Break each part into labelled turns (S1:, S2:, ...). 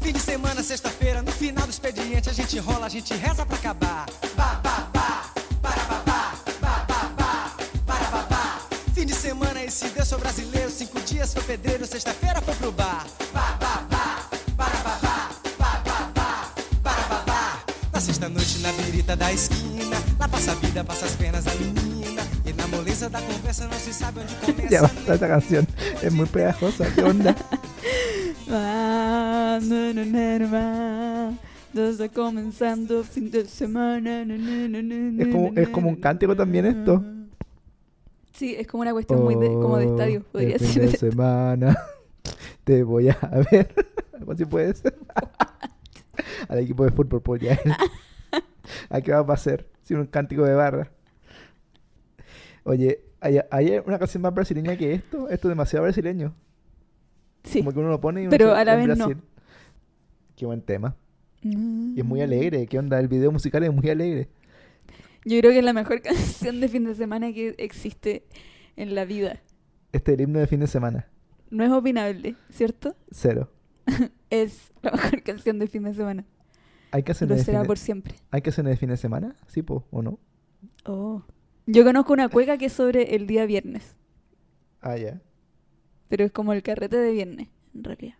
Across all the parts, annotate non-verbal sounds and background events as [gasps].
S1: Fim de semana, sexta-feira, no final do expediente a gente rola, a gente reza pra acabar. Ba, ba, ba, para, ba, ba, ba, ba, ba, para, ba, ba. Fim de semana, esse Deus sou brasileiro, cinco dias foi pedreiro, sexta-feira foi pro bar. Ba, ba, ba, para, ba, ba, ba, ba, ba, para, ba, ba. Na sexta-noite, na birita da esquina, lá passa a vida, passa as penas da menina. E na moleza da conversa não se sabe onde começa.
S2: [laughs] Ya basta esta canción. Es muy pegajosa. ¿Qué onda?
S3: Ah, no, no, no, no, no. Está comenzando el fin de semana. no, no, no, no,
S2: Es como,
S3: no,
S2: es
S3: no,
S2: como un
S3: no.
S2: cántico también esto.
S3: Sí, es como una cuestión muy de, como de estadio,
S2: Oh,
S3: podría
S2: el fin de
S3: [laughs] ser.
S2: semana. [laughs] Te voy a ver. [laughs] Algo así puede ser. [laughs] Al equipo de fútbol, por ya. [laughs] ¿A qué va a pasar? Sin un cántico de barra. Oye, ¿hay, hay una canción más brasileña que esto? Esto es demasiado brasileño.
S3: Sí.
S2: Como que uno lo pone y uno
S3: Pero
S2: dice,
S3: a la
S2: "En
S3: vez no".
S2: Brasil". Qué buen tema.
S3: Mm.
S2: Y es muy alegre. ¿Qué onda? El video musical es muy alegre.
S3: Yo creo que es la mejor [laughs] canción de fin de semana que existe en la vida.
S2: Este es el himno de fin de semana.
S3: No es opinable, ¿cierto?
S2: Cero.
S3: Es la [laughs] mejor canción de fin de semana.
S2: ¿Hay canciones,
S3: Lo
S2: de fin
S3: será
S2: de...
S3: por siempre.
S2: ¿Hay canciones de fin de semana? Sí, po, ¿o no?
S3: Oh. Yo conozco una cueca que es sobre el día viernes,
S2: Ah, ya.
S3: pero es como el carrete de viernes, en realidad.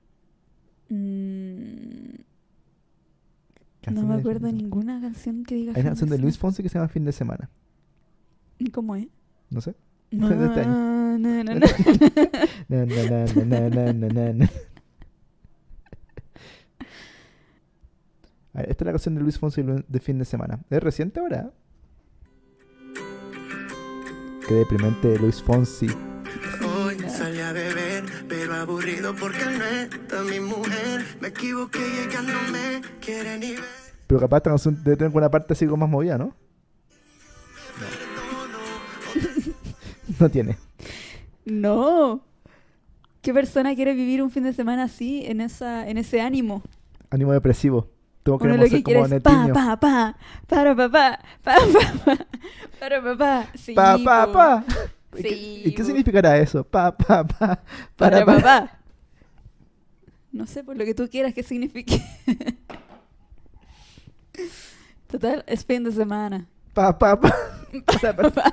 S3: Mm, no
S2: Canciones
S3: me
S2: de fin de
S3: acuerdo
S2: semana.
S3: ninguna canción que diga.
S2: Hay
S3: fin
S2: una canción de Luis
S3: semana.
S2: Fonsi que se llama Fin de Semana.
S3: ¿Cómo es?
S2: No
S3: [laughs]
S2: sé. [laughs]
S3: No,
S2: de este año. este
S3: no, no, no.
S2: Na, na, na, na, na, na, na, na. A ver, esta es la canción de Luis Fonsi lu- de Fin de Semana. ¿Es reciente ahora? Qué deprimente Luis Fonsi.
S4: Hoy salí a beber, pero aburrido porque no está mi mujer. Me equivoqué y ella no me quiere ni ver.
S2: Pero capaz esta canción debe tener una parte así como más movida, ¿no? No tiene.
S3: [laughs] No. ¿Qué persona quiere vivir un fin de semana así, en esa, en ese ánimo?
S2: Ánimo depresivo. Todos
S3: Uno
S2: queremos
S3: lo
S2: ser
S3: que quiere
S2: como
S3: es pa,
S2: Netinho.
S3: pa, pa, [laughs] para papá, para papá, para papá. Sí,
S2: Pa, pa,
S3: po.
S2: pa. ¿Y qué-
S3: Sí,
S2: ¿Y qué
S3: po.
S2: significará eso? Pa, pa, pa. Para,
S3: Para
S2: pa.
S3: papá. No sé, por lo que tú quieras que signifique. [laughs] Total, es fin de semana.
S2: Pa, pa, pa. Para, para.
S3: [laughs] Pa, pa,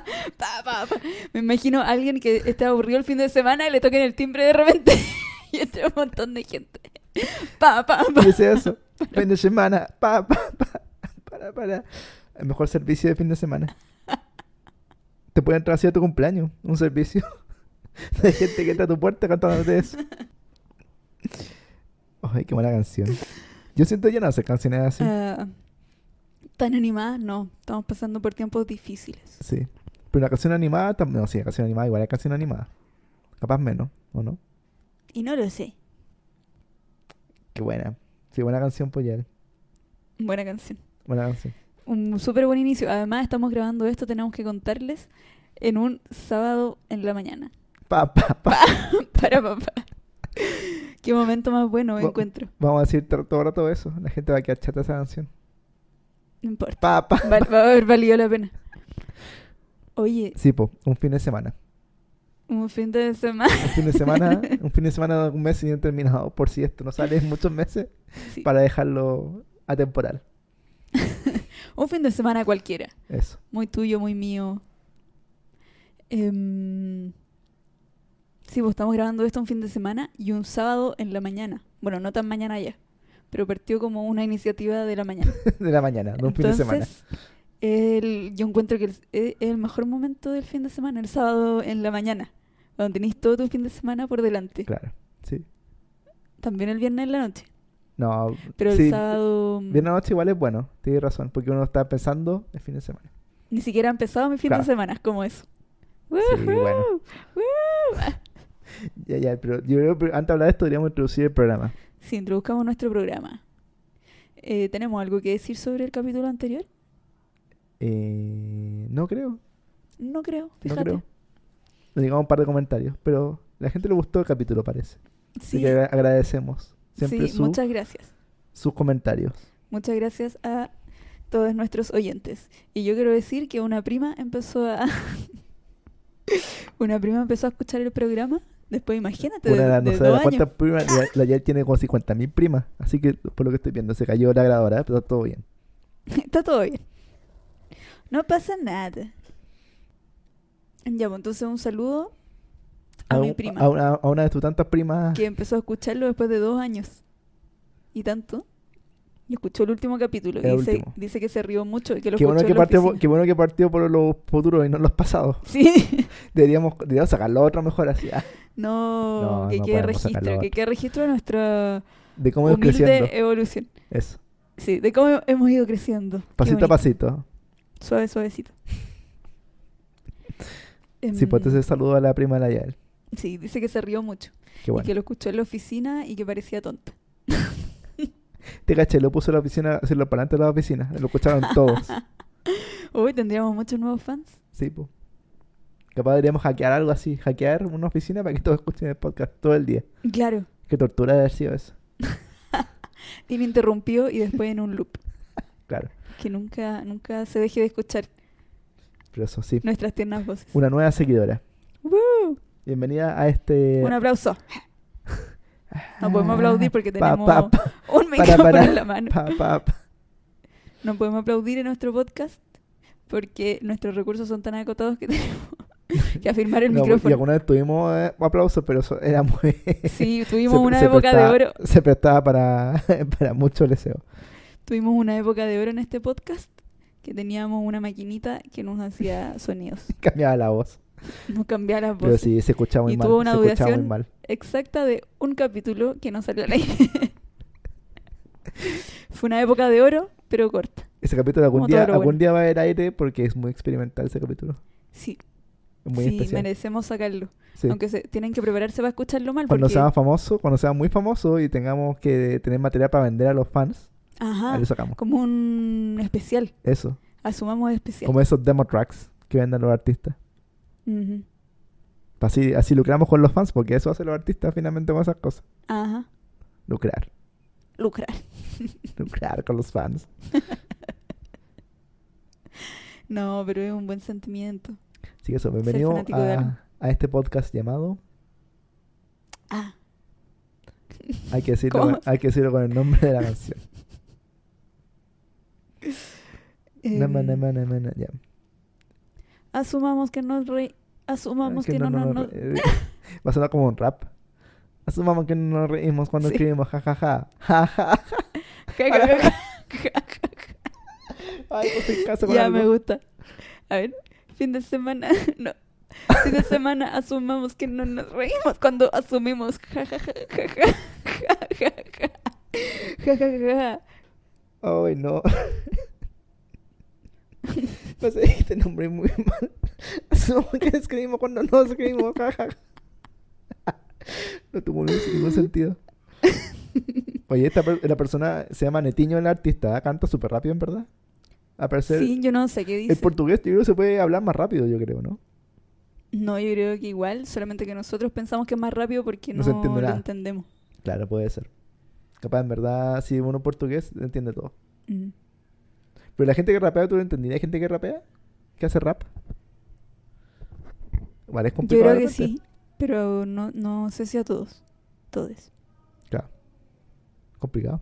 S3: pa, pa. Me imagino a alguien que está aburrido el fin de semana y le toquen el timbre de repente [laughs] y entre un montón de gente. Pa, pa, pa.
S2: ¿Qué es eso? Fin de semana. Pa, pa, pa. Para, para. El mejor servicio de fin de semana. Te pueden entrar así a tu cumpleaños. Un servicio. [laughs] Hay gente que entra a tu puerta cantándote eso. Ay, qué buena canción. Yo siento que yo no hacer canciones así.
S3: Ah, Tan animadas, no. Estamos pasando por tiempos difíciles.
S2: Sí. Pero la canción animada también. No, sí, la canción animada igual es canción animada. Capaz menos, ¿o no?
S3: Y no lo sé.
S2: Qué buena. Sí, buena canción, Poyal.
S3: Buena canción.
S2: Buena canción.
S3: Un súper buen inicio. Además, estamos grabando esto, tenemos que contarles en un sábado en la mañana. [laughs]
S2: Pa, pa, pa.
S3: Para papá. Qué momento más bueno me
S2: Bu-
S3: encuentro.
S2: Vamos a decir to- todo el rato eso. La gente va a quedar chata esa canción. [laughs]
S3: No importa.
S2: Pa, pa.
S3: Va, va a haber valido la pena. Oye,
S2: Sí, po. Un fin de semana.
S3: un fin de semana. [laughs]
S2: Un fin de semana. un fin de semana de un mes y terminado. Por si esto no sale en muchos meses.
S3: Sí.
S2: Para dejarlo atemporal.
S3: Un fin de semana cualquiera.
S2: Eso. [laughs]
S3: Muy tuyo, muy mío. Em, sí, pues estamos grabando esto un fin de semana y un sábado en la mañana. Bueno, no tan mañana ya, pero partió como una iniciativa de la mañana.
S2: de la mañana. De un fin de semana.
S3: Entonces, el- yo encuentro que el- es el mejor momento del fin de semana, el sábado en la mañana, cuando tenéis todo tu fin de semana por delante.
S2: Claro. Sí.
S3: También el viernes en la noche,
S2: No.
S3: pero el
S2: sí.
S3: sábado mm,
S2: Bien la noche igual es bueno. Tienes razón. Porque uno está pensando el fin de semana.
S3: ni siquiera ha empezado mi fin
S2: Claro.
S3: de semana, es como eso.
S2: Sí, bueno.
S3: [laughs] ¡Woohoo! ¡Woo!
S2: Ya, ya. Pero yo creo que antes de hablar de esto deberíamos introducir el programa.
S3: Si introduzcamos nuestro programa. Eh, ¿Tenemos algo que decir sobre el capítulo anterior?
S2: Eh, no creo.
S3: No creo,
S2: No
S3: fíjate.
S2: creo. Nos llegaron un par de comentarios, pero la gente le gustó el capítulo, parece. Así
S3: Sí,
S2: que agra- agradecemos siempre
S3: sí,
S2: su-
S3: muchas gracias.
S2: sus comentarios.
S3: Muchas gracias a todos nuestros oyentes. Y yo quiero decir [laughs] que una prima empezó a... una prima empezó a escuchar el programa Después imagínate,
S2: Una,
S3: de,
S2: no
S3: de
S2: sé
S3: dos
S2: de cuántas
S3: años.
S2: primas. La, la Yael tiene como 50.000 primas. Así que, por lo que estoy viendo, se cayó la grabadora, pero está todo bien.
S3: Está todo bien. No pasa nada. Ya, pues entonces un saludo a, mi
S2: un-
S3: prima,
S2: A una, a una de tus tantas primas.
S3: que empezó a escucharlo después de dos años. Y tanto. Y escuchó el último capítulo.
S2: El
S3: y dice,
S2: último.
S3: dice que se rió mucho y que lo
S2: Qué
S3: escuchó
S2: bueno
S3: en
S2: que,
S3: la
S2: partió, por-
S3: oficina.
S2: qué bueno que partió por los futuros y no los pasados.
S3: [laughs] Sí.
S2: Deberíamos, deberíamos sacar la otra mejor así. ah,
S3: No,
S2: No,
S3: que
S2: no
S3: quede
S2: podemos sacar
S3: registro,
S2: lo
S3: que
S2: otro.
S3: quede registro de nuestra
S2: De cómo ir
S3: humilde
S2: creciendo.
S3: evolución.
S2: Eso.
S3: Sí, de cómo hemos ido creciendo. Qué
S2: Pasito
S3: bonito.
S2: a pasito.
S3: Suave, suavecito.
S2: [laughs] Sí, pues
S3: Em,
S2: entonces saludo a la prima de la Yael.
S3: Sí, dice que se rió mucho.
S2: Qué bueno.
S3: Y que lo escuchó en la oficina y que parecía tonta.
S2: Te caché, lo puso en la oficina, hacerlo para adelante de la oficina. Lo escucharon
S3: [laughs]
S2: todos.
S3: Uy, tendríamos muchos nuevos fans.
S2: Sí, pues. Capaz deberíamos hackear algo así. Hackear una oficina para que todos escuchen el podcast todo el día.
S3: Claro,
S2: Qué tortura de haber sido eso.
S3: ininterrumpido y después en un loop.
S2: Claro.
S3: Que nunca, nunca se deje de escuchar
S2: Pero eso sí.
S3: nuestras tiernas voces.
S2: Una nueva seguidora.
S3: ¡Woo!
S2: Bienvenida a este.
S3: Un aplauso. No podemos aplaudir porque
S2: Pa,
S3: tenemos
S2: pa, pa,
S3: un
S2: para,
S3: micrófono
S2: para.
S3: en la mano.
S2: pa, pa, pa.
S3: No podemos aplaudir en nuestro podcast porque nuestros recursos son tan acotados que [laughs] tenemos que afirmar el
S2: No, Y
S3: micrófono.
S2: alguna vez tuvimos eh, aplausos, pero eso era muy. [laughs]
S3: Sí,
S2: se-
S3: tuvimos una
S2: se
S3: época de
S2: prestaba-
S3: oro.
S2: Se prestaba para, [laughs] para mucho deseo.
S3: Tuvimos una época de oro en este podcast que teníamos una maquinita que
S2: [laughs]
S3: nos hacía sonidos.
S2: Cambiaba la voz.
S3: Nos cambiaba las
S2: Pero
S3: voces.
S2: sí, se escuchaba muy
S3: Y
S2: mal.
S3: tuvo una
S2: se escuchaba
S3: duración
S2: muy mal.
S3: Exacta de un capítulo que no salió al aire. [laughs] Fue una época de oro, pero corta.
S2: Ese capítulo algún
S3: como
S2: día,
S3: todo lo
S2: algún
S3: bueno.
S2: día va a haber aire porque es muy experimental ese capítulo.
S3: Sí,
S2: Es muy
S3: sí,
S2: especial.
S3: merecemos sacarlo.
S2: Sí.
S3: Aunque se, tienen que prepararse para escucharlo mal.
S2: Cuando
S3: porque...
S2: sea famoso, cuando sea muy famoso y tengamos que tener material para vender a los fans,
S3: Ajá,
S2: ahí lo sacamos.
S3: como un especial.
S2: Eso.
S3: Asumamos especial.
S2: Como esos demo tracks que venden los artistas.
S3: Ujú.
S2: Así, así lucramos con los fans, porque eso hacen los artistas finalmente con esas cosas.
S3: Ajá,
S2: Lucrar. [laughs]
S3: lucrar.
S2: Lucrar con los fans.
S3: No, pero es un buen sentimiento.
S2: Así que eso, bienvenido
S3: fanático de algo.
S2: a, a este podcast llamado.
S3: Ah,
S2: Hay que, decirlo,
S3: ¿Cómo?
S2: con- hay que decirlo con el nombre de la canción.
S3: [laughs]
S2: Nama,
S3: em,
S2: nama, nama, na- ya.
S3: Asumamos que nos re... Asumamos
S2: Que
S3: que, no, no, no. [laughs]
S2: eh, [laughs] Va a sonar como un rap. Asumamos que no nos reímos cuando
S3: Sí.
S2: escribimos jajaja. Ja, [laughs] ja, ja. Ay, no estoy en casa con
S3: ya
S2: algo.
S3: me gusta. A ver, fin de semana, [laughs] no. Fin de semana asumamos que no nos reímos cuando asumimos. [laughs] Ja, ja, ja, ja, ja, ja, ja, ja. Ja, ja, ja, ja.
S2: Ay, no. [laughs] No sé, este nombre es muy [laughs] mal. Asumo que escribimos cuando no escribimos. jajaja. [laughs] No tuvo ningún- ningún sentido. Oye, esta per- la persona se llama Netiño el artista. ¿ah? Canta súper rápido, en verdad. A parecer,
S3: Sí, yo no sé qué
S2: el
S3: dice.
S2: portugués yo creo que se puede hablar más rápido, yo creo, ¿no?
S3: No, yo creo que igual, solamente que nosotros pensamos que es más rápido porque
S2: No
S3: no,
S2: se entiende
S3: lo
S2: nada.
S3: entendemos.
S2: Claro, puede ser. Capaz, en verdad, si uno es portugués, entiende todo.
S3: Mm.
S2: Pero la gente que rapea, ¿tú lo entendías? ¿Hay gente que rapea? ¿Que hace rap? Vale, es
S3: Yo
S2: complicado.
S3: creo
S2: de
S3: que
S2: repente.
S3: sí, pero no, no sé si a todos. Todos.
S2: Complicado.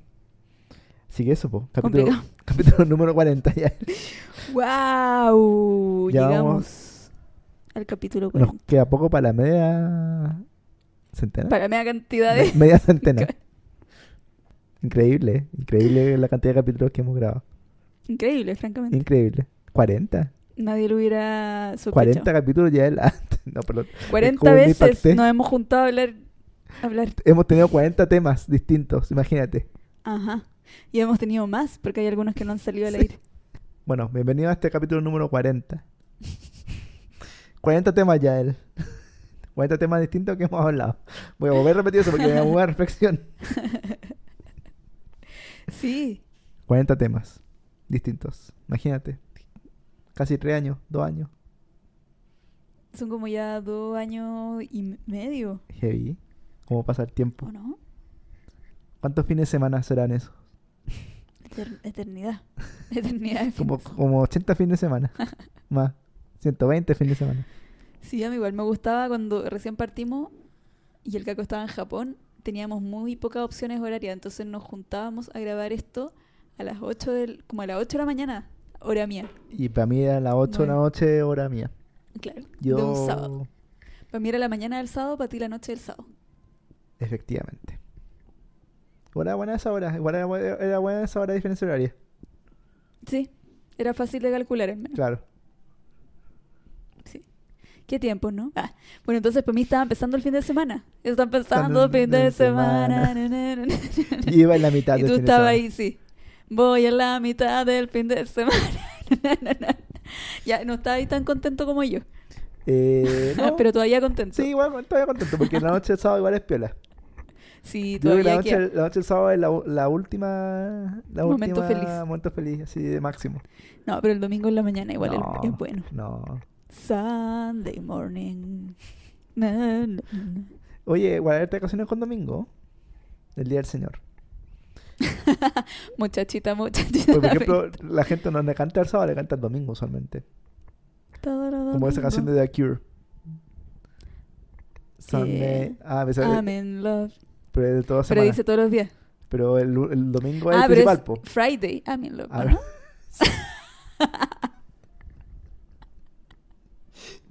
S2: Así que eso, po. Capítulo,
S3: Complicado.
S2: [laughs] capítulo número 40
S3: [laughs]
S2: ya.
S3: ¡Wow!
S2: Ya
S3: Llegamos
S2: vamos.
S3: al capítulo
S2: Nos
S3: 40.
S2: queda poco para la media centena.
S3: Para media cantidad
S2: Me- [laughs]
S3: de. [laughs]
S2: media centena. Increíble, ¿eh? increíble la cantidad de capítulos que hemos grabado.
S3: Increíble, francamente.
S2: Increíble. 40.
S3: Nadie lo hubiera sospechado.
S2: 40 capítulos ya el [laughs] No, perdón.
S3: 40
S2: como me
S3: veces
S2: impacté.
S3: nos hemos juntado a hablar. a hablar.
S2: Hemos tenido 40 temas distintos, imagínate.
S3: Ajá. Y hemos tenido más, porque hay algunos que no han salido al
S2: Sí.
S3: aire.
S2: Bueno, bienvenido a este capítulo número 40. 40 temas ya él. [laughs] 40 temas distintos que hemos hablado. Voy a volver a repetir eso porque me da una reflexión. [laughs]
S3: Sí.
S2: 40 temas distintos. Imagínate. Casi 3 años, 2 años.
S3: Son como ya dos años y medio,
S2: Heavy. ¿Cómo pasa el
S3: ¿o
S2: tiempo?
S3: no?
S2: ¿Cuántos fines de semana serán esos?
S3: Eter-
S2: [laughs]
S3: eternidad. Eternidad. de
S2: Como,
S3: fines.
S2: como 80 fines de
S3: [laughs]
S2: semana. Más. 120 fines de semana.
S3: Sí, a mí igual me gustaba cuando recién partimos y el Caco estaba en Japón, teníamos muy pocas opciones horarias, entonces nos juntábamos a grabar esto a las 8 del, como a las 8 de la mañana, hora mía,
S2: Y para mí era las 8 de la
S3: Bueno.
S2: noche, hora mía.
S3: claro, de un sábado.
S2: Yo.
S3: Para mí era la mañana del sábado, para ti la noche del sábado.
S2: Efectivamente. Igual era buena esa hora. Igual era, bu- era buena esa hora de diferencia horaria.
S3: Sí, era fácil de calcular, hermano. [laughs]
S2: Claro.
S3: Sí. Qué tiempos, ¿no? Ah, bueno, entonces para mí estaba empezando el fin de semana. Estaba
S2: Estando
S3: empezando el
S2: el
S3: fin de
S2: fin de
S3: semana.
S2: semana.
S3: [laughs] na, na, na, na, na.
S2: Y iba en la mitad
S3: Y
S2: del
S3: tú
S2: fin de
S3: estabas
S2: semana.
S3: ahí, sí. Voy a la mitad del fin de semana. [laughs] Na, na, na. ya, no estaba ahí tan contento como yo. [laughs]
S2: Eh, no.
S3: Pero todavía contento.
S2: Sí, igual todavía contento porque la noche del sábado igual es piola.
S3: Sí,
S2: Yo creo que la
S3: todavía
S2: noche,
S3: queda.
S2: la noche del sábado es la, u- la última. La
S3: Momento
S2: última-
S3: feliz.
S2: Momento feliz, así de máximo.
S3: No, pero el domingo en la mañana igual es-
S2: No,
S3: es bueno.
S2: No.
S3: Sunday morning. Na, na, na.
S2: Oye, igual te ocasiones con domingo. El día del
S3: [laughs]
S2: Señor.
S3: [laughs] Muchachita, muchachita. [laughs]
S2: Porque, por ejemplo, la gente no le canta el sábado, le canta el domingo usualmente. Como esa canción de The Cure. Sunday. Ah, me sale-
S3: I'm in love.
S2: pero es de toda
S3: Pero
S2: semana.
S3: dice todos los días.
S2: Pero el, lu- el domingo es
S3: ah,
S2: el
S3: pero
S2: principal,
S3: es [laughs]
S2: po.
S3: Friday. I'm in love.
S2: A
S3: ¿no?
S2: ver.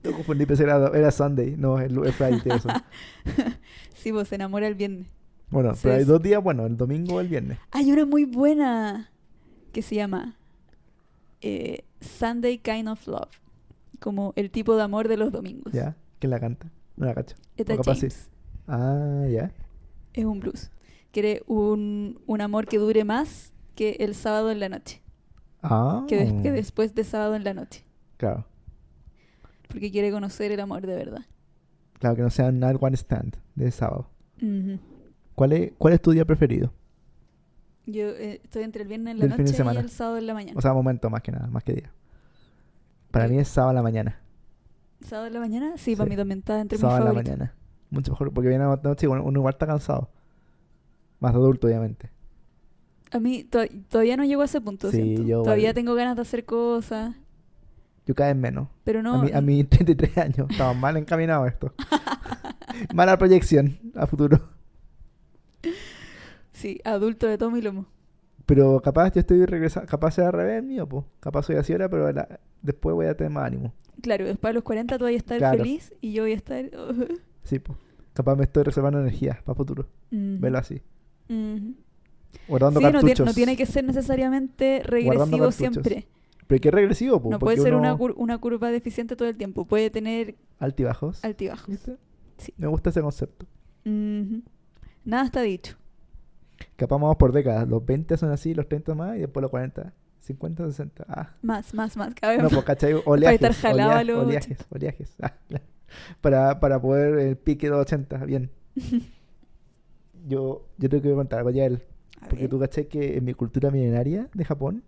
S2: No confundí, pensé que era, era Sunday. No, es, lu- es Friday
S3: [laughs]
S2: eso.
S3: Sí, vos se enamora el viernes.
S2: Bueno,
S3: Sí,
S2: pero hay
S3: es-
S2: dos días, bueno, el domingo o el viernes.
S3: Hay una muy buena que se llama eh, Sunday Kind of Love. Como el tipo de amor de los domingos.
S2: ¿Ya? ¿Quién la canta? No la cacho.
S3: Esta
S2: O capaz sí.
S3: James.
S2: Ah, ya.
S3: Es un blues. Quiere un, un amor que dure más que el sábado en la noche.
S2: Ah.
S3: Que, des- que después de sábado en la noche.
S2: Claro.
S3: Porque quiere conocer el amor de verdad.
S2: Claro, que no sea Night One Stand de sábado.
S3: Ujú.
S2: ¿Cuál es, cuál es tu día preferido?
S3: Yo eh, estoy entre el viernes en la
S2: Del fin de
S3: noche y
S2: semana.
S3: el sábado en la mañana.
S2: O sea, momento más que nada, más que día. Para
S3: Eh,
S2: mí es sábado en la mañana.
S3: ¿Sábado en la mañana? Sí,
S2: Sí.
S3: para mí también está entre mis
S2: Sábado en la
S3: favoritos.
S2: mañana. Mucho mejor, porque viene la noche y uno, uno igual está cansado. Más adulto, obviamente.
S3: A mí to- todavía no llego a ese punto,
S2: Sí,
S3: siento.
S2: yo
S3: todavía
S2: igual.
S3: tengo ganas de hacer cosas,
S2: Yo cada vez menos.
S3: pero no...
S2: a, mí, [laughs] a mis 33 años. Estaba mal encaminado
S3: [laughs]
S2: esto. Mala proyección a futuro.
S3: Sí, adulto de todo mi lomo.
S2: Pero capaz yo estoy regresando. Capaz sea al revés mío, po. Capaz soy así ahora, pero la- después voy a tener más ánimo.
S3: Claro, después de los 40 tú vas a estar
S2: Claro.
S3: feliz y yo voy a estar... oh,
S2: Sí, po. Capaz me estoy reservando energía para futuro.
S3: Mm,
S2: Velo así.
S3: mm.
S2: Guardando
S3: Sí, no tie- no
S2: cartuchos.
S3: tiene, que ser necesariamente regresivo
S2: cartuchos.
S3: siempre.
S2: Pero que es regresivo, po,
S3: No
S2: porque
S3: puede ser una,
S2: uno-
S3: cur- una curva deficiente todo el tiempo. Puede tener
S2: Altibajos.
S3: altibajos.
S2: ¿Viste?
S3: Sí.
S2: Me gusta ese concepto.
S3: Ujú. Nada está dicho.
S2: Capaz vamos por décadas. Los 20 son así, los 30 más, y después los 40, 50, 60. Ah.
S3: Más, más, más. Cada vez
S2: No,
S3: más.
S2: pues
S3: [laughs]
S2: cachai, oleajes.
S3: estar jalado a
S2: olea-
S3: los
S2: oleajes, oleajes. Ah, claro. para, para poder el pique de los 80,
S3: [laughs]
S2: bien. Yo, yo tengo que contar algo ya él.
S3: A
S2: Porque
S3: ver.
S2: tú cachai que en mi cultura milenaria de
S3: [gasps]
S2: Japón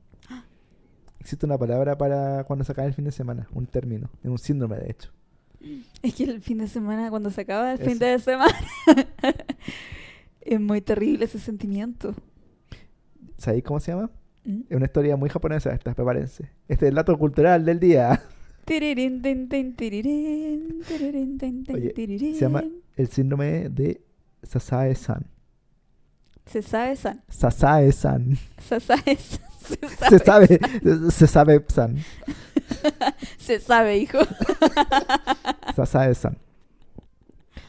S2: existe una palabra para cuando se acaba el fin de semana, un término, es un síndrome de hecho.
S3: Es que el fin de semana, cuando se acaba el
S2: Eso.
S3: fin de semana, [laughs] es muy terrible ese sentimiento.
S2: ¿Sabéis cómo se llama?
S3: ¿Mm?
S2: Es una historia muy japonesa esta, prepárense. Este es el dato cultural del día.
S3: Tirirín, tin, tin, tirirín, tirirín, tin, tin,
S2: Oye,
S3: tirirín.
S2: Se llama el síndrome de Sasae-san.
S3: Se sabe san.
S2: Sasae-san. [laughs]
S3: Se sabe san. Se sabe,
S2: Se sabe, se sabe san.
S3: se sabe, hijo.
S2: Sasae-san.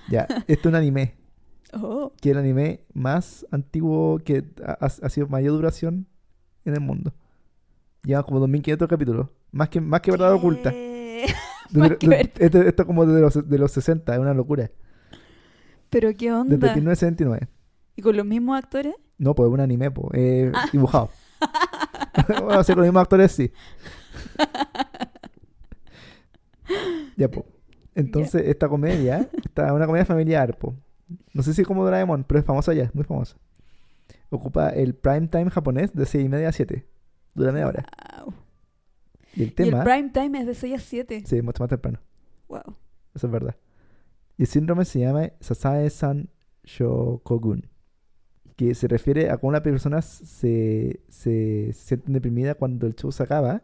S2: Ya, este es un anime,
S3: Oh,
S2: que es el anime más antiguo que ha, ha sido mayor duración en el mundo. Lleva como 2500 capítulos, más que más que verdad oculta.
S3: Eh,
S2: Desde-
S3: más que
S2: de-
S3: Verdad.
S2: este- esto es como de los, de los 60, es una locura.
S3: Pero qué onda.
S2: Desde 1979.
S3: ¿Y con los mismos actores?
S2: No, pues es un anime, pues, eh, dibujado. [laughs] bueno, o sea, con los mismos actores [laughs] sí. ya, pues. Entonces, esta comedia, esta es una comedia familiar, pues. No sé si es como Doraemon, pero es famosa ya, es muy famosa. Ocupa el prime time japonés de 6 y media a 7. Dura media hora.
S3: Wow.
S2: Y el
S3: Y el
S2: tema.
S3: prime time es de 6 a 7.
S2: Sí, mucho más temprano.
S3: Wow.
S2: Eso es verdad. Y el síndrome se llama Sasae-san Shokogun, que se refiere a cómo las personas se, se sienten deprimidas cuando el show se acaba,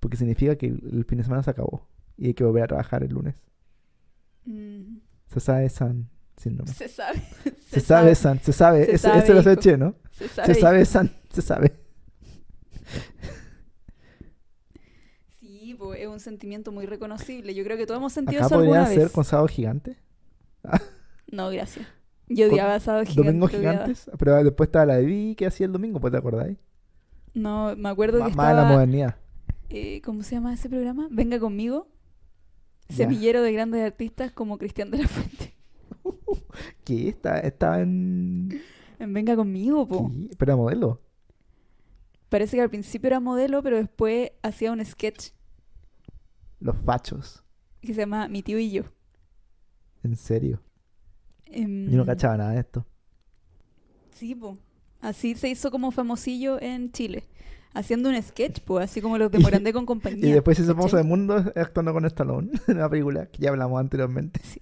S2: porque significa que el el fin de semana se acabó y hay que volver a trabajar el lunes.
S3: Mm.
S2: Sasae-san síndrome.
S3: Se sabe.
S2: Se, sabe, San, se sabe.
S3: Se
S2: ese,
S3: sabe,
S2: ese lo sabe
S3: hijo.
S2: Che, ¿no?
S3: Se sabe.
S2: Se sabe, San, se sabe.
S3: Sí, po, es un sentimiento muy reconocible. Yo creo que todos hemos sentido
S2: Acá
S3: eso alguna
S2: podría
S3: vez.
S2: ser con sábado gigante.
S3: No, gracias. Yo
S2: Con-
S3: odiaba sábado gigante.
S2: Domingos
S3: odiaba-
S2: gigantes. Pero después estaba la de Vi que hacía el domingo, pues te acordáis.
S3: No, me acuerdo
S2: Más
S3: que
S2: más de la
S3: estaba...
S2: modernidad.
S3: eh, ¿Cómo se llama ese programa? Venga conmigo.
S2: Ya.
S3: Semillero de grandes artistas como Cristian de la Fuente.
S2: Que está, estaba en.
S3: En Venga conmigo, po.
S2: ¿Qué? Pero era modelo.
S3: Parece que al principio era modelo, pero después hacía un sketch
S2: Los fachos.
S3: que se llama Mi tío y yo.
S2: En serio.
S3: Em,
S2: Yo no cachaba nada de esto.
S3: Sí, po. Así se hizo como famosillo en Chile. Haciendo un sketch, pues, así como los de
S2: [laughs] Y-
S3: Morandé con compañía.
S2: Y después se hizo
S3: ¿cachai?
S2: famoso del mundo eh, actuando con Stallone [laughs] en una película que ya hablamos anteriormente. [laughs]
S3: Sí.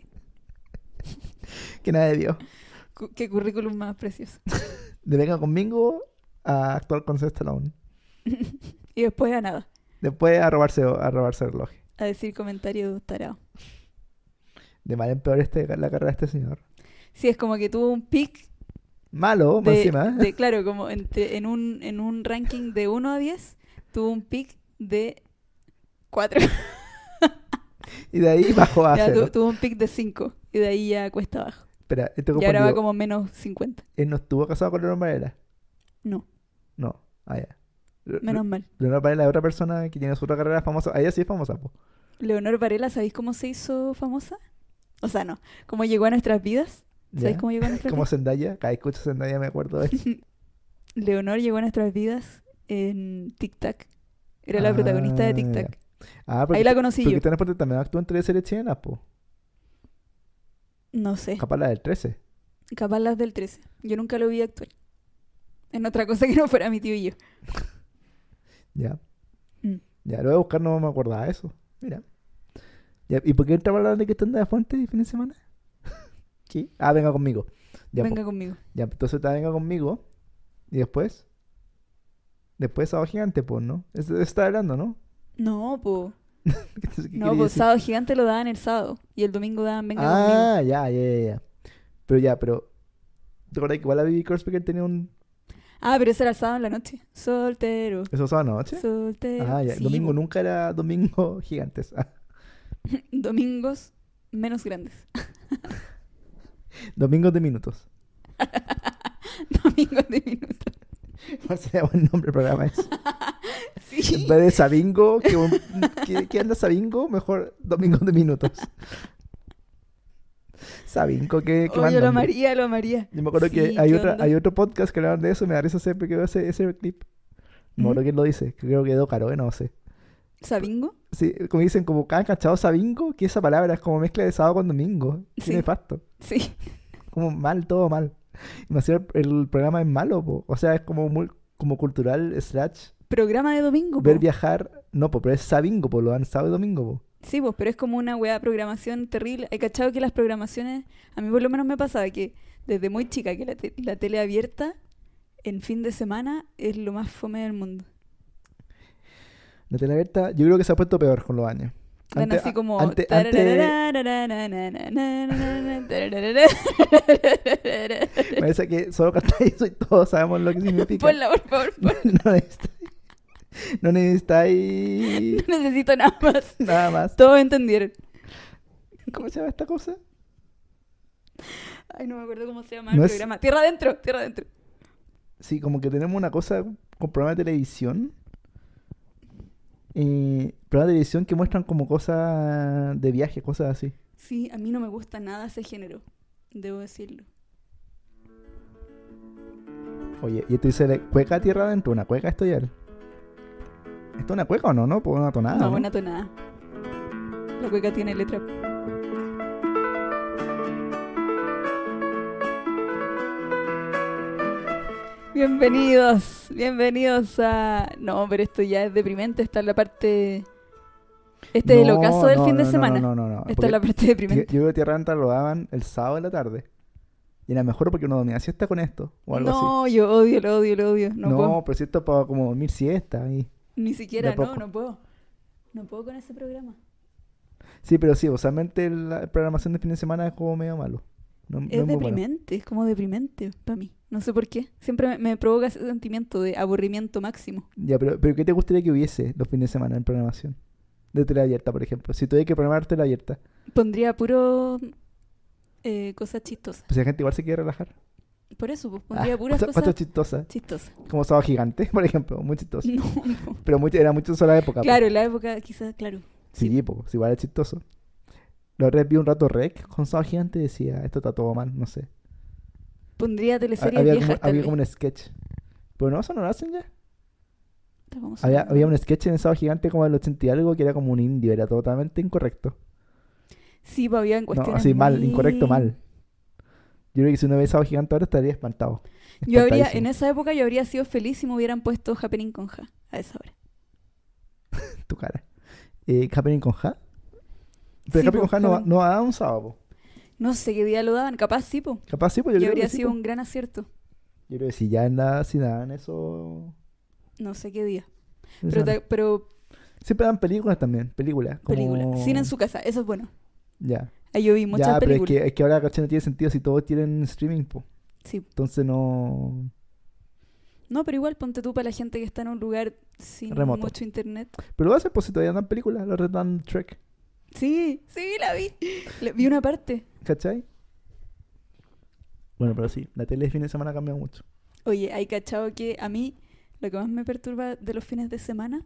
S2: Que nadie vio.
S3: Cu- Qué currículum más precioso.
S2: De Venga conmigo a actuar con Stallone.
S3: Y después a nada,
S2: Después a robarse, a robarse el reloj.
S3: a decir comentarios tarados.
S2: De mal en peor este, la carrera de este señor.
S3: Sí, es como que tuvo un pic
S2: Malo, más
S3: de,
S2: encima. ¿eh?
S3: de- claro, como entre- en, un, en un ranking de 1 a 10, tuvo un pic de 4.
S2: [laughs] Y de ahí bajó a
S3: [laughs] ya tu-
S2: cero.
S3: tuvo un pic de 5 y de ahí ya cuesta abajo.
S2: Espera, estoy
S3: Y ahora va
S2: confundido.
S3: como menos 50.
S2: Él no estuvo casado con Leonor Varela.
S3: No,
S2: No, ah, ya. Le-
S3: menos mal.
S2: Leonor Varela es otra persona que tiene su otra carrera famosa. Ah, Ella sí es famosa, po.
S3: Leonor Varela, ¿sabéis cómo se hizo famosa? O sea, no, cómo llegó a nuestras vidas. ¿Sabéis
S2: ¿Ya?
S3: cómo llegó a nuestras
S2: Como
S3: vidas?
S2: Zendaya. Cada vez que escucho Zendaya me acuerdo de
S3: [laughs]
S2: él.
S3: Leonor llegó a nuestras vidas en Tic Tac. Era la
S2: Ah,
S3: protagonista de Tic
S2: ya.
S3: Tac.
S2: Ah, porque,
S3: Ahí la conocí
S2: porque
S3: yo.
S2: Tana Porter también actúa en tres series chilenas, po.
S3: No sé.
S2: Capaz la del 13.
S3: Capaz las del 13. Yo nunca lo vi actuar. En otra cosa que no fuera mi tío y yo.
S2: Ya.
S3: Mm.
S2: Ya, lo voy a buscar, no me acordaba de eso. Mira. Ya, ¿Y por qué estaba hablando de que están de la fuente el fin de semana? [laughs] ¿Qué? Ah, venga conmigo. Ya, po.
S3: Venga conmigo.
S2: Ya, entonces está venga conmigo. Y después. Después Sábado Gigante, pues, ¿no? Eso eso está hablando, ¿no? [laughs]
S3: No, po.
S2: ¿Qué- qué
S3: No,
S2: quería
S3: po.
S2: decir?
S3: Sábado gigante lo daban el sábado. Y el domingo daban Venga conmigo.
S2: Ah, ya, ya, ya, ya. Pero ya, pero. ¿Te acuerdas que igual la Bibi Korsbecker tenía un.
S3: Ah, pero ese era el sábado en la noche. Soltero.
S2: Eso sábado noche?
S3: Soltero.
S2: Ah, ya.
S3: Sí, pues.
S2: domingo
S3: po.
S2: nunca era domingo [laughs] gigantes. Ah,
S3: [laughs] Domingos menos grandes. [laughs]
S2: domingos de minutos. [laughs]
S3: Domingos de minutos.
S2: ¿Cuál sería buen nombre del programa ese? En
S3: [laughs] Sí.
S2: vez de Sabingo, que, un- que, que anda Sabingo, mejor domingos de minutos. [laughs] Sabingo, que. que mal
S3: Oye, lo
S2: nombre.
S3: amaría, lo amaría.
S2: Yo me acuerdo
S3: Sí,
S2: que hay,
S3: ¿qué
S2: otra,
S3: onda?
S2: hay otro podcast que hablaban de eso, me da risa siempre que veo ese, ese clip. No me acuerdo
S3: Ujú.
S2: quién lo dice, creo que Edo Caro, no sé.
S3: ¿Sabingo?
S2: Sí, como dicen, como cada cachado sabingo, que esa palabra es como mezcla de sábado con domingo.
S3: Sí.
S2: Qué nefasto.
S3: Sí. [laughs]
S2: Como mal, todo mal. Y me hacía el, el programa es malo, po. o sea, es como muy como cultural, slash,
S3: Programa de domingo, po.
S2: ver viajar. No, po, pero es sabingo, po, lo dan sábado y domingo, po.
S3: Sí, pues, pero es como una weá de programación terrible. He cachado que las programaciones, a mí por lo menos me pasaba que desde muy chica que la, te- la tele abierta en fin de semana es lo más fome del mundo.
S2: La tele abierta, yo creo que se ha puesto peor con los años.
S3: Dan
S2: Antes-
S3: así como...
S2: ante- antes-
S3: Ponla,
S2: parece que solo cantáis eso y todos sabemos
S3: [laughs]
S2: lo que significa.
S3: por favor. pon-
S2: [laughs] no necesitáis. No necesitáis
S3: No necesito nada más.
S2: nada más.
S3: Todos entendieron.
S2: ¿Cómo se llama esta cosa?
S3: Ay, no me acuerdo cómo se llama el
S2: No es-
S3: programa. Tierra adentro, tierra adentro.
S2: Sí, como que tenemos una cosa con programas de televisión. Eh, programas de televisión que muestran como cosas de viaje, cosas así.
S3: Sí, a mí no me gusta nada ese género. Debo decirlo.
S2: Oye, y esto dice la cueca tierra adentro, una cueca esto ya. ¿Esto es una cueca o no? pues, ¿No? Por una tonada.
S3: no,
S2: ¿no?
S3: una tonada. La cueca tiene letra. Bienvenidos, bienvenidos a... No, pero esto ya es deprimente, esta es la parte... Este es el
S2: No,
S3: ocaso del
S2: no,
S3: fin de
S2: no, no,
S3: semana.
S2: No, no, no. no,
S3: Esta
S2: porque
S3: es la parte
S2: ti-
S3: deprimente.
S2: Yo veo Tierra Adentro lo daban el sábado de la tarde. Y era mejor porque uno dormía siesta con esto o algo así.
S3: No, yo odio, lo odio, lo odio. No, pues.
S2: No,
S3: puedo.
S2: pero si esto es para como dormir siesta. Y...
S3: Ni siquiera,
S2: de
S3: no,
S2: poco.
S3: no puedo. No puedo con ese programa.
S2: Sí, pero sí, usualmente la programación de fin de semana es como medio malo. No, no
S3: Es
S2: muy bueno.
S3: deprimente, es como deprimente para mí. No sé por qué. Siempre me, me provoca ese sentimiento de aburrimiento máximo.
S2: Ya, pero, pero ¿qué te gustaría que hubiese los fines de semana en programación? De teleabierta, por ejemplo. Si tuviera que programar teleabierta,
S3: Pondría puro eh, cosas chistosas.
S2: pues la gente igual se quiere relajar.
S3: Por eso, pues,
S2: Ah,
S3: pondría puras
S2: cosas-
S3: cosas
S2: cosas chistosas.
S3: chistosas.
S2: Como Sábado Gigante, [laughs] por ejemplo. Muy chistoso.
S3: [laughs] No, no.
S2: Pero mucho, era mucho sobre la época. po.
S3: Claro, en la época quizás, claro.
S2: Sí,
S3: sí.
S2: po, sí, igual era chistoso. La otra vez vi un rato rec con Sábado Gigante y decía, esto está todo mal, no sé.
S3: Pondría
S2: Ha-
S3: teleseries
S2: Había, como,
S3: viejas
S2: había
S3: también.
S2: como un sketch. Pero no, eso no lo hacen ya.
S3: Estábamos
S2: Había,
S3: hablando.
S2: había un sketch en Sábado Gigante como del 80 y algo que era como un indio, era totalmente incorrecto.
S3: Sí, pues, había en
S2: No,
S3: cuestiones
S2: así mal,
S3: muy-
S2: incorrecto, mal. Yo creo que si uno ve Sábado Gigante ahora estaría espantado.
S3: Yo habría, en
S2: Espantadísimo.
S3: esa época yo habría sido feliz si me hubieran puesto Happening con Ja a esa hora.
S2: Tu cara. Eh, ¿Happening con Ja? Pero
S3: Sí,
S2: Happening con
S3: po,
S2: Ja no, va-
S3: Happening.
S2: no va a un sábado. po.
S3: No sé qué día lo daban, capaz sí, po.
S2: Capaz sí, pues yo
S3: Y
S2: creo
S3: habría
S2: que sí,
S3: sido
S2: po.
S3: un gran acierto.
S2: Yo creo que si ya en la, si nada en eso...
S3: No sé qué día.
S2: en
S3: Pero,
S2: esa-
S3: ta- pero
S2: Siempre dan películas también, películas. Como...
S3: película. Cine en su casa, eso es bueno.
S2: Ya.
S3: Ahí yo vi muchas
S2: ya, pero es
S3: películas.
S2: que, es que ahora caché no tiene sentido si todos tienen streaming, po.
S3: Sí.
S2: Entonces no.
S3: No, pero igual ponte tú para la gente que está en un lugar sin
S2: Remoto.
S3: mucho internet.
S2: Pero lo hacen, pues si todavía dan películas, lo dan Trek.
S3: Sí, sí, la vi. La- vi una parte.
S2: ¿Cachai? Bueno, pero sí, la tele de fin de semana ha cambiado mucho.
S3: Oye, hay cachado que a mí lo que más me perturba de los fines de semana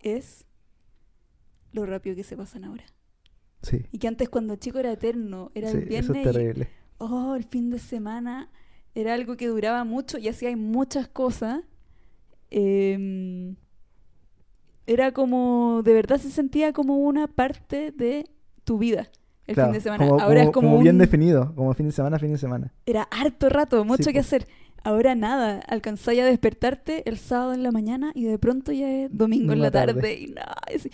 S3: es lo rápido que se pasan ahora.
S2: Sí.
S3: Y que antes cuando chico era eterno, era
S2: sí, eso
S3: el
S2: es
S3: viernes y
S2: terrible.
S3: oh, el fin de semana era algo que duraba mucho y así hay muchas cosas. Em, era como, de verdad se sentía como una parte de tu vida el
S2: Claro,
S3: fin de semana. Ahora es como,
S2: bien
S3: un-
S2: definido, como fin de semana, fin de semana.
S3: era harto rato, mucho que
S2: po.
S3: hacer. Ahora nada, alcanzáis a despertarte el sábado en la mañana y de pronto ya es domingo en
S2: Una
S3: la tarde.
S2: tarde.
S3: y no, es-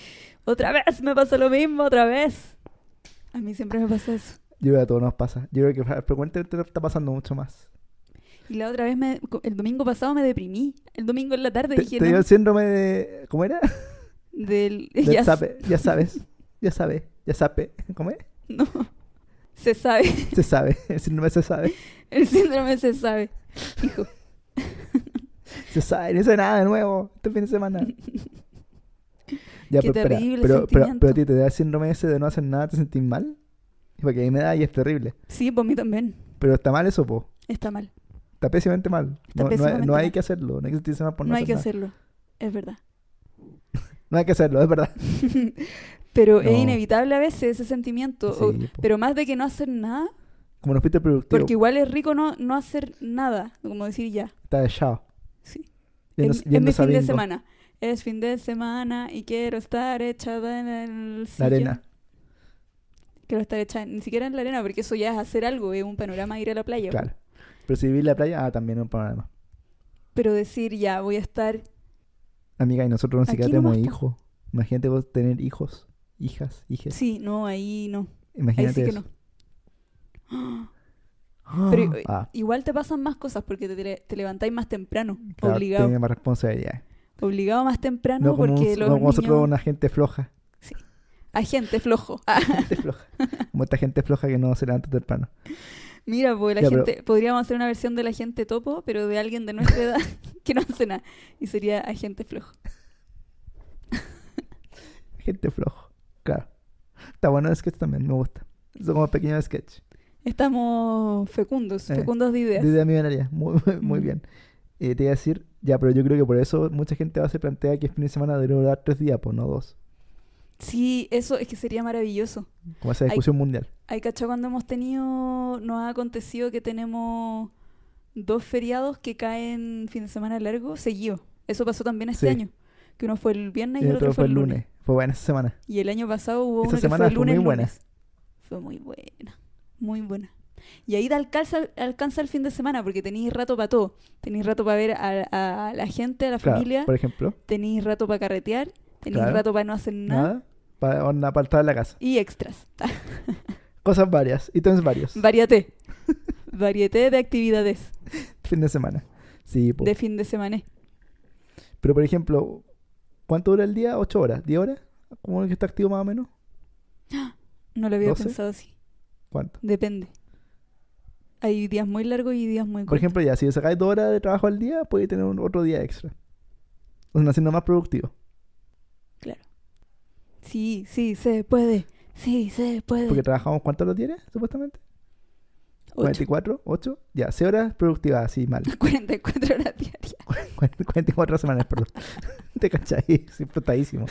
S3: otra vez me pasa lo mismo, otra vez. A mí siempre me pasa eso.
S2: Yo creo que a todos nos pasa. Yo creo que fre- frecuentemente lo está pasando mucho más.
S3: Y la otra vez, me, co- el domingo pasado me deprimí. El domingo en la tarde
S2: Te,
S3: dije,
S2: te dio
S3: no,
S2: el síndrome de. ¿Cómo
S3: [laughs]
S2: era?
S3: del... [laughs]
S2: Del
S3: ya,
S2: sape, ya sabes. Ya sabes. Ya sabe. ¿Cómo es?
S3: No, se sabe. [laughs]
S2: Se sabe. [laughs] El síndrome se sabe.
S3: El síndrome se sabe. Hijo,
S2: Se sabe, no sé nada de nuevo. Este fin de
S3: [laughs]
S2: semana. Ya,
S3: Qué
S2: pero, espera,
S3: terrible
S2: pero, pero,
S3: sentimiento.
S2: pero a ti te da el síndrome ese de no hacer nada, te sentís mal. Porque a mí me da y es terrible.
S3: sí, por mí también.
S2: Pero está mal eso, po.
S3: Está mal.
S2: Está pésimamente mal. no,
S3: Está
S2: no hay-
S3: pésimamente
S2: no hay,
S3: mal.
S2: que hacerlo. No hay que sentirse mal por no,
S3: no hay que
S2: hacer nada.
S3: hacerlo. Es verdad.
S2: No hay que hacerlo, es verdad.
S3: Pero es
S2: No.
S3: inevitable a veces ese sentimiento. o-
S2: [laughs] Sí, po.
S3: oh, pero más de que no hacer nada,
S2: Como nos fuiste productivo,
S3: porque igual es rico no, no hacer nada. Como decir ya.
S2: está echado.
S3: Sí.
S2: Viendo,
S3: es, mi- es
S2: viendo
S3: mi fin de
S2: Sabingo,
S3: semana. Es fin de semana y quiero estar echada en el
S2: La
S3: sillón.
S2: arena.
S3: Quiero estar echada, ni siquiera en la arena, porque eso ya es hacer algo, es un panorama ir a la playa.
S2: Claro. Pero si vivís la playa, ah, también es un panorama.
S3: Pero decir, ya, voy a estar...
S2: Amiga, y nosotros ni siquiera
S3: Aquí
S2: tenemos
S3: nomás, po.
S2: hijos. Imagínate vos tener hijos, hijas, hijas.
S3: Sí, no, ahí no. Ahí
S2: Imagínate
S3: sí que
S2: eso.
S3: no. ¡Ah! Pero, eh,
S2: [gasps] Ah,
S3: [gasps] Igual te pasan más cosas porque te, le- te levantáis más temprano,
S2: claro,
S3: obligado.
S2: tiene más responsabilidades.
S3: Obligado más temprano
S2: No como,
S3: porque
S2: un-
S3: los
S2: no como nosotros,
S3: niños...
S2: una gente floja. [laughs]
S3: Hay gente flojo. [laughs] Ah,
S2: Gente floja. Como esta gente floja que no se levanta temprano.
S3: mira, pues la
S2: Ya, pero-
S3: gente... Podríamos hacer una versión de la gente topo, pero de alguien de nuestra edad [laughs] que no hace nada. Y sería agente flojo.
S2: Gente floja. Claro. Está bueno el sketch también, me gusta. Es como pequeño sketch.
S3: Estamos fecundos,
S2: Eh,
S3: fecundos de ideas.
S2: Desde mi ganaría. Muy, muy- muy
S3: Mm.
S2: bien. Eh, te iba a decir, ya, pero yo creo que por eso mucha gente ahora se plantea que el fin de semana debe durar tres días, pues no dos.
S3: Sí, eso es que sería maravilloso.
S2: Como esa
S3: Ay.
S2: discusión mundial.
S3: Hay cacho cuando hemos tenido, nos ha acontecido que tenemos dos feriados que caen fin de semana largo seguido. Eso pasó también este
S2: Sí.
S3: año, que uno fue el viernes
S2: Y el otro fue el lunes. Fue buena esa semana.
S3: Y el año pasado hubo
S2: Esa
S3: uno que
S2: semana
S3: fue el
S2: fue
S3: lunes.
S2: muy buena.
S3: lunes. Fue muy buena, muy buena. Y ahí te alcanza, alcanza el fin de semana porque tenéis rato para todo. Tenéis rato para ver a, a- a la gente, a la
S2: Claro,
S3: familia,
S2: por ejemplo.
S3: tenéis rato para carretear, tenéis
S2: Claro.
S3: rato para no hacer nada,
S2: Nada. Para, onda, para estar en la casa.
S3: y extras. [laughs]
S2: Cosas varias. Ítems varios.
S3: Varieté. Varieté de actividades
S2: fin de semana. Sí, po.
S3: de fin de semana.
S2: Pero por ejemplo, ¿cuánto dura el día? ¿8 horas? ¿10 horas? ¿Cómo es que está activo más o menos?
S3: No lo había
S2: ¿Doce?
S3: pensado así.
S2: ¿Cuánto?
S3: Depende. Hay días muy largos y días muy cortos.
S2: Por ejemplo, ya, si sacáis dos horas de trabajo al día, podéis tener un otro día extra. O sea, siendo más productivo.
S3: Sí, sí, se puede. Sí, se puede.
S2: Porque trabajamos, ¿cuántos lo tienes, supuestamente?
S3: Ocho.
S2: 44, 8, ya, 6 horas productivas, así mal. [laughs]
S3: [laughs] 44 horas diarias.
S2: 44 semanas, perdón. [laughs] ¿Te cachai? Soy
S3: [laughs]
S2: frotadísimo.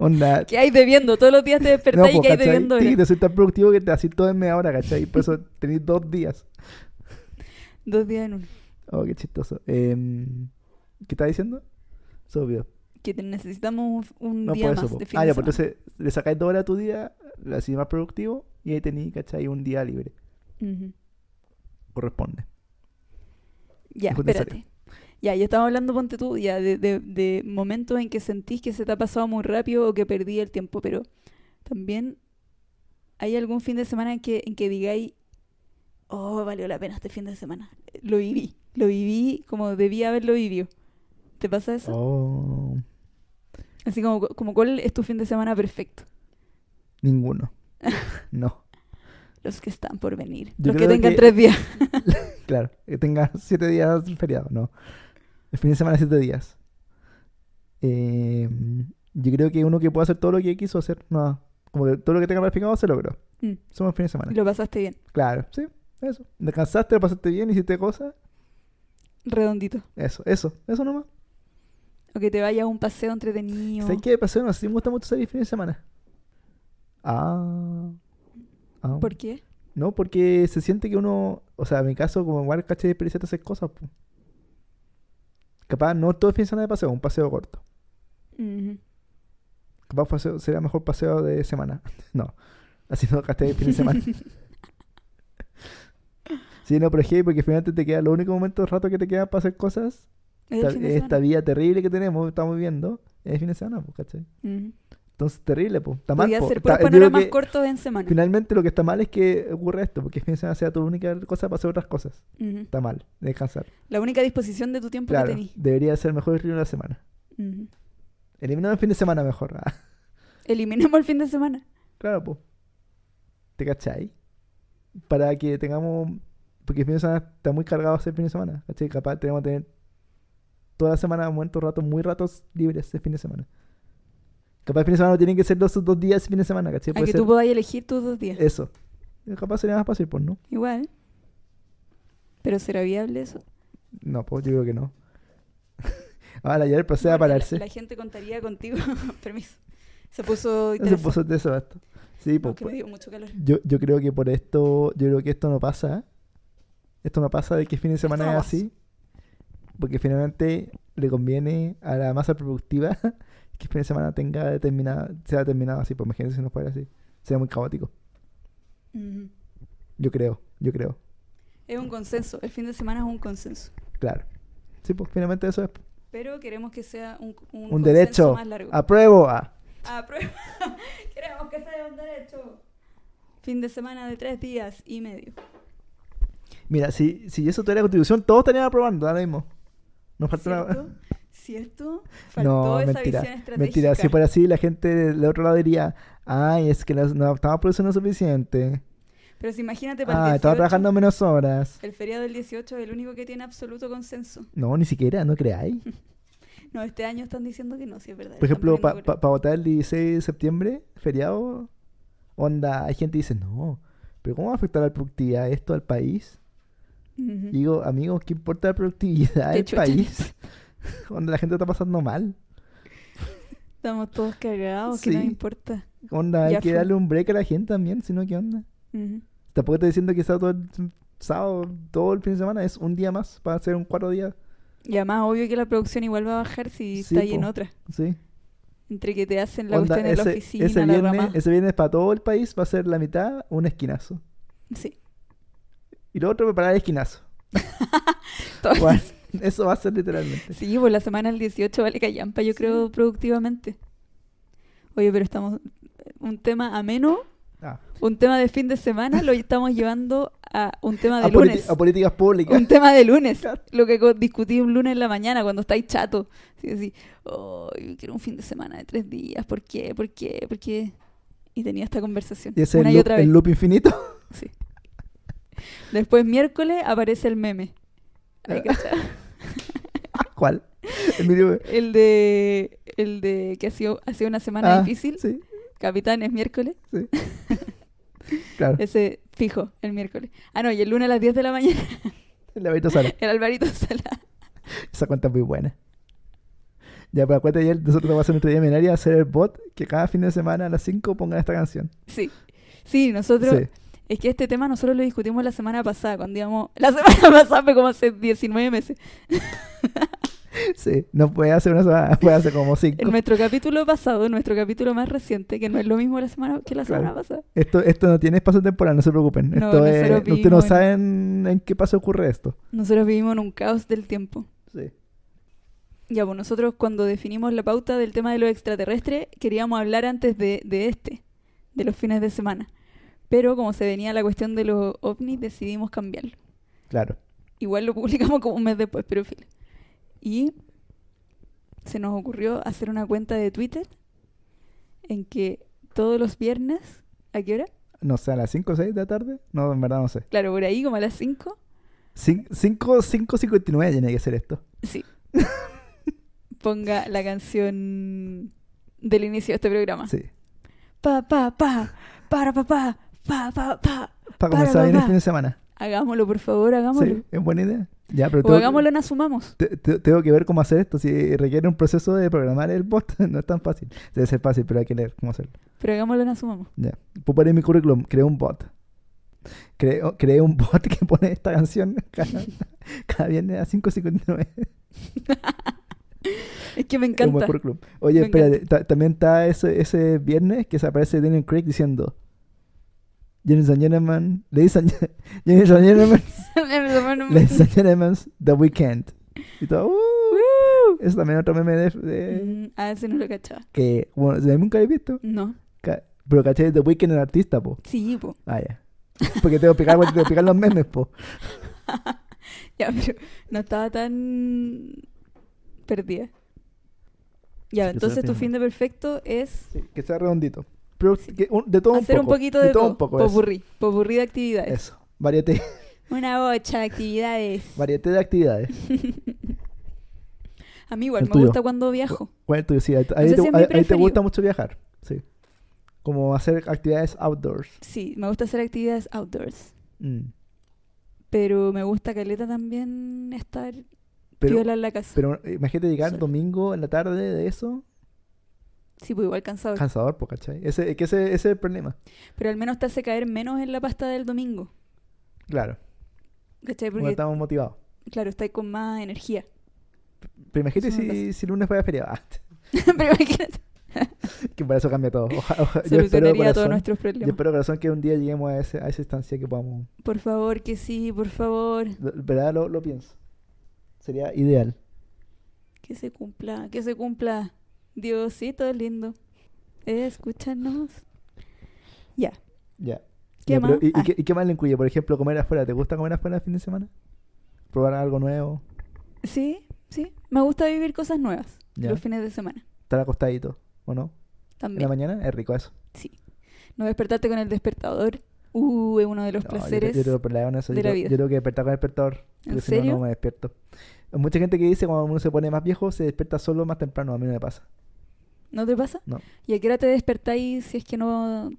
S2: Onda.
S3: ¿Qué hay bebiendo? Todos los días
S2: [laughs]
S3: te despertás y
S2: pues,
S3: que hay
S2: ¿cachai?
S3: bebiendo.
S2: Sí,
S3: horas.
S2: te soy tan productivo que te haces todo en media hora, ¿cachai? Por eso tenéis dos días.
S3: Dos días en uno.
S2: Oh, qué chistoso. Em, ¿Qué estás diciendo? Se obvio.
S3: Que te- necesitamos un, un
S2: No,
S3: día
S2: por
S3: más
S2: eso. po.
S3: de fin
S2: Ah,
S3: de
S2: ya, pues
S3: semana.
S2: entonces le sacáis dos horas a tu día, lo hacéis más productivo y ahí tenéis, ¿cachai? Un día libre.
S3: Ujú.
S2: Corresponde.
S3: Ya,
S2: Es necesario.
S3: espérate. Ya, ya estamos hablando, ponte tú, ya de, de, de momentos en que sentís que se te ha pasado muy rápido o que perdí el tiempo, pero también hay algún fin de semana en que, en que digáis, oh, valió la pena este fin de semana. Lo viví, lo viví como debía haberlo vivido. ¿Te pasa eso?
S2: Oh,
S3: Así como, como, ¿cuál es tu fin de semana perfecto? [laughs]
S2: ninguno. No.
S3: Los que están por venir.
S2: Yo
S3: los que
S2: creo
S3: tengan
S2: que-
S3: tres días.
S2: Claro, que tengas siete días feriado, no. El fin de semana, siete días. Eh, yo creo que uno que puede hacer todo lo que quiso hacer, no. Como que todo lo que tenga planificado se logró.
S3: Mm.
S2: Somos fin de semana.
S3: Y lo pasaste bien.
S2: Claro, sí, eso. Descansaste, lo pasaste bien, hiciste cosas.
S3: Redondito.
S2: Eso, eso, eso nomás.
S3: O que te vayas a un paseo entretenido.
S2: ¿Sabes qué de paseo? No, sí me gusta mucho salir fin de semana. Ah. Ah.
S3: ¿Por qué?
S2: No, porque se siente que uno, o sea, en mi caso, como igual caché de experiencia hacer cosas, pues. Capaz no todo es fin de semana de paseo, un paseo corto.
S3: Ujú.
S2: Capaz paseo, será mejor paseo de semana. [laughs] No, así no gasté el fin de
S3: [laughs]
S2: semana. sí, no, pero es que porque finalmente te queda, lo único momento de rato que te queda para hacer cosas,
S3: Es el
S2: esta,
S3: fin de
S2: esta
S3: semana.
S2: vida terrible que tenemos, estamos viviendo, es el fin de semana, pues, ¿cachai?
S3: Ujú.
S2: Entonces, terrible, pues. Está mal,
S3: Podía
S2: po.
S3: ser
S2: Está-
S3: por
S2: yo creo
S3: panoramas
S2: que
S3: cortos en semana.
S2: Finalmente lo que está mal es que ocurre esto, porque el fin de semana sea tu única cosa para hacer otras cosas.
S3: Ujú.
S2: Está mal, descansar.
S3: La única disposición de tu tiempo
S2: Claro,
S3: que tenís.
S2: debería ser mejor el ritmo de la semana.
S3: Ujú.
S2: Eliminar el fin de semana mejor. Ah, [laughs]
S3: Eliminemos el fin de semana.
S2: claro, pues. ¿Te cachai? Para que tengamos. Porque el fin de semana está muy cargado ese fin de semana. ¿Cachai? Capaz tenemos que tener toda la semana momentos ratos, muy ratos libres ese fin de semana. Capaz el fin de semana no tienen que ser los dos días ese fin de semana, ¿cachai?
S3: A
S2: Puede
S3: que
S2: ser Eh.
S3: tú podáis elegir tus dos días.
S2: eso. Capaz sería más fácil, pues, ¿no?
S3: Igual. Pero ¿será viable eso?
S2: No, pues yo creo que no. [laughs] Ah, Ahora ya empecé a
S3: Bueno, la-
S2: pararse.
S3: La, gente contaría contigo. [laughs] Permiso. Se
S2: [laughs]
S3: puso
S2: Se
S3: interesante.
S2: puso de eso basta. Sí,
S3: No,
S2: pues.
S3: que me dio mucho calor.
S2: Yo, yo creo que por esto, yo creo que esto no pasa. ¿eh? Esto no pasa de que fin de semana
S3: no
S2: es
S3: pasa.
S2: así. Porque finalmente le conviene a la masa productiva [laughs] que el fin de semana tenga determinada, sea determinado así. Pues imagínense si no fuera así. Sería muy caótico.
S3: Ujú.
S2: Yo creo, yo creo.
S3: Es un consenso. El fin de semana es un consenso.
S2: Claro. Sí, pues finalmente eso es.
S3: Pero queremos que sea un, un,
S2: Un,
S3: consenso
S2: derecho.
S3: más largo.
S2: Apruebo. Ah,
S3: Aprueba. [laughs] Queremos que sea un derecho. Fin de semana de tres días y medio.
S2: Mira, si, si eso tuviera constitución, todos estarían aprobando ahora mismo. Nos falta una- [laughs]
S3: ¿Cierto? ¿Cierto? Faltó esa visión estratégica.
S2: Mentira, si fuera así, la gente del otro lado diría, ay, es que no, no estamos produciendo suficiente.
S3: Pero si imagínate para
S2: Ah,
S3: el
S2: estaba
S3: 18,
S2: trabajando menos horas.
S3: El feriado del 18 es el único que tiene absoluto consenso.
S2: No, ni siquiera, no
S3: [laughs]
S2: creáis.
S3: No, este año están diciendo que no, si es verdad.
S2: Por ejemplo,
S3: están
S2: para
S3: poniendo
S2: votar el 16 de septiembre, feriado, onda, hay gente que dice, no, pero ¿cómo va a afectar la productividad esto al país?
S3: color.
S2: Y digo, amigos, ¿qué importa la productividad
S3: Qué
S2: del
S3: chucha.
S2: país? [laughs] onda, la gente está pasando mal.
S3: Estamos todos cagados, que
S2: Sí.
S3: no importa.
S2: Onda, hay
S3: Ya
S2: que
S3: fue.
S2: darle un break a la gente también, si no, ¿qué onda?
S3: Ujú.
S2: Tampoco estoy diciendo que sea todo el sábado, todo el fin de semana, es un día más para hacer un cuatro días,
S3: Y además, obvio que la producción igual va a bajar si
S2: Sí,
S3: está ahí en
S2: po.
S3: otra.
S2: ¿sí?
S3: Entre que te hacen la
S2: Onda,
S3: cuestión en la oficina,
S2: ese,
S3: la
S2: viernes,
S3: rama.
S2: ese viernes para todo el país va a ser la mitad un esquinazo.
S3: Sí.
S2: Y lo otro preparar el
S3: [laughs]
S2: esquinazo.
S3: Todo-
S2: Bueno, eso va a ser literalmente.
S3: [laughs] Sí, pues la semana del 18 vale callampa, yo creo, productivamente. Oye, pero estamos... eh, Un tema ameno,
S2: Ah,
S3: un tema de fin de semana, lo estamos llevando a un tema de
S2: a, politi-
S3: lunes. Oh,
S2: a políticas públicas.
S3: Un tema de lunes.
S2: Claro.
S3: Lo que co- discutí un lunes en la mañana cuando estáis chato. Sí, así, oh, yo quiero un fin de semana de tres días. ¿Por qué? ¿Por qué? ¿Por qué? Y tenía esta conversación.
S2: Y ese es
S3: una
S2: el
S3: y
S2: loop,
S3: otra vez.
S2: el loop infinito.
S3: Sí. Después miércoles aparece el meme.
S2: Ah.
S3: Ahí, ¿cachai?
S2: [laughs]
S3: [laughs]
S2: ¿Cuál? Emilio.
S3: El de, el de que ha sido, ha sido una semana
S2: Ah,
S3: difícil.
S2: Sí,
S3: Capitán es miércoles.
S2: sí. Claro,
S3: Ese fijo, el miércoles. Ah, no, y el lunes a las 10 de la mañana, [laughs]
S2: la Benito Sala.
S3: el Alvarito Sala.
S2: Esa cuenta es muy buena. Ya, pero acuérdate, ayer nosotros vamos a hacer nuestra día millonaria, hacer el bot que cada fin de semana a las 5 pongan esta canción.
S3: Sí. Sí, nosotros.
S2: Sí.
S3: Es que este tema nosotros lo discutimos la semana pasada, cuando íbamos. [laughs] La semana pasada fue como hace 19 meses.
S2: Sí, no puede hacer una semana, [laughs] puede hacer
S3: [laughs]
S2: como
S3: En
S2: 5.
S3: nuestro capítulo pasado, nuestro capítulo más reciente, que no es lo mismo la semana que la
S2: Claro.
S3: semana pasada.
S2: Esto, esto no tiene espacio temporal, no se preocupen.
S3: No,
S2: esto
S3: no se
S2: es,
S3: lo
S2: ustedes no
S3: vimos.
S2: saben en qué paso ocurre esto.
S3: Nosotros vivimos en un caos del tiempo.
S2: Sí.
S3: Ya, pues nosotros cuando definimos la pauta del tema de los extraterrestres, queríamos hablar antes de, de este, de los fines de semana. Pero como se venía la cuestión de los ovnis, decidimos cambiarlo.
S2: Claro.
S3: Igual lo publicamos como un mes después, pero filo. Y se nos ocurrió hacer una cuenta de Twitter en que todos los viernes, ¿a qué hora?
S2: No sé, a las 5 o 6 de la tarde. No, en verdad no sé.
S3: Claro, por ahí como a las 5.
S2: 5, 5, 59 tiene que ser esto. [laughs]
S3: Sí. Ponga la canción del inicio de este programa.
S2: Sí.
S3: Pa, pa, pa, para, pa, pa, pa, pa, pa.
S2: Para
S3: Para,
S2: comenzar bien el
S3: papá.
S2: fin de semana.
S3: Hagámoslo, por favor, hagámoslo.
S2: Sí, es buena idea. Ya, pero
S3: O
S2: tengo,
S3: hagámoslo en Asumamos.
S2: te- te- tengo que ver cómo hacer esto. Si requiere un proceso de programar el bot, [laughs] no es tan fácil. Debe ser fácil, pero hay que leer cómo hacerlo.
S3: Pero hagámoslo en Asumamos.
S2: Ya. Puedo poner mi currículum, creé un bot. Creo, creé un [laughs] bot que pone esta canción [laughs] cada, cada viernes a 5.59.
S3: Es que me
S2: Es un buen
S3: encanta. [laughs]
S2: currículum. Oye,
S3: Me
S2: espérate, ta- también está ese, ese viernes que se aparece Daniel Craig diciendo Ladies and gentlemen, ladies and, [laughs] gen- ladies and gentlemen, [laughs] ladies
S3: [laughs]
S2: and gentlemen, The Weeknd. Y todo, uh,
S3: Woo.
S2: es también otro meme de, de-
S3: Mm, A ese no lo cachaba.
S2: que, bueno, yo nunca lo he visto.
S3: No.
S2: Ca- Pero caché The Weeknd el artista, po.
S3: Sí, po.
S2: Ah, ya. Porque tengo que explicar, tengo que explicar los memes, po.
S3: Ya, pero no estaba tan perdida.
S2: Sí, que
S3: Ya,
S2: se
S3: entonces
S2: la
S3: tu
S2: pierna.
S3: fin de perfecto es
S2: Sí, que sea redondito. Pero que un- de todo un
S3: hacer
S2: poco.
S3: un poquito de,
S2: todo. un poco, eso.
S3: popurrí, popurrí de actividades.
S2: Eso. [laughs] Varieté,
S3: Una bocha de actividades.
S2: varieté de actividades.
S3: A mí igual
S2: El
S3: me
S2: tuyo.
S3: gusta cuando viajo.
S2: ¿Cuál es tu sí, ahí- ahí
S3: sé
S2: te,
S3: si es mi
S2: ahí- ahí te
S3: preferido.
S2: gusta mucho viajar. Sí. Como hacer actividades outdoors.
S3: Sí, me gusta hacer actividades outdoors.
S2: Mm.
S3: Pero me gusta caleta también estar
S2: Pero,
S3: piola en la casa.
S2: pero eh, imagínate llegar
S3: Sola.
S2: domingo en la tarde de eso.
S3: sí, pues igual cansado.
S2: Cansador, po, ¿cachai? Ese, es que ese, ese es el problema.
S3: pero al menos te hace caer menos en la pasta del domingo.
S2: Claro.
S3: ¿Cachai?
S2: Porque
S3: Porque,
S2: estamos motivados.
S3: claro, estás con más energía. [laughs]
S2: Pero imagínate
S3: Eso me
S2: si, si lunes fuera feriado. [laughs] Ah,
S3: pero imagínate,
S2: que para eso cambia todo. Oja- oja- yo espero,
S3: solucionaría todos
S2: corazón,
S3: nuestros
S2: yo
S3: problemas.
S2: espero, corazón, que un día lleguemos a, ese, a esa instancia que podamos.
S3: Por favor, que sí, por favor.
S2: De de verdad lo, lo pienso. Sería ideal.
S3: Que se cumpla, que se cumpla. Diosito lindo. Eh, Escúchanos. Ya.
S2: Ya.
S3: ¿Qué
S2: Ya, pero
S3: más?
S2: ¿y, y
S3: Ah.
S2: qué, y qué más le incluye? Por ejemplo, comer afuera. ¿Te gusta comer afuera el fin de semana? ¿Probar algo nuevo?
S3: Sí, sí. Me gusta vivir cosas nuevas
S2: Ya.
S3: los fines de semana.
S2: ¿Estar acostadito? ¿O no? ¿En la
S3: También.
S2: mañana? Es rico eso.
S3: Sí. No despertarte con el despertador. Uh, es uno de los
S2: No, yo te-
S3: placeres.
S2: Yo, tengo problema con eso.
S3: de
S2: yo,
S3: la
S2: tengo-
S3: vida.
S2: yo tengo que despertar con el despertador. Porque si no,
S3: serio?
S2: no me despierto. Hay mucha gente que dice cuando uno se pone más viejo se despierta solo más temprano. A mí no me pasa.
S3: ¿No te pasa?
S2: No.
S3: ¿Y a qué hora te despertáis si es que no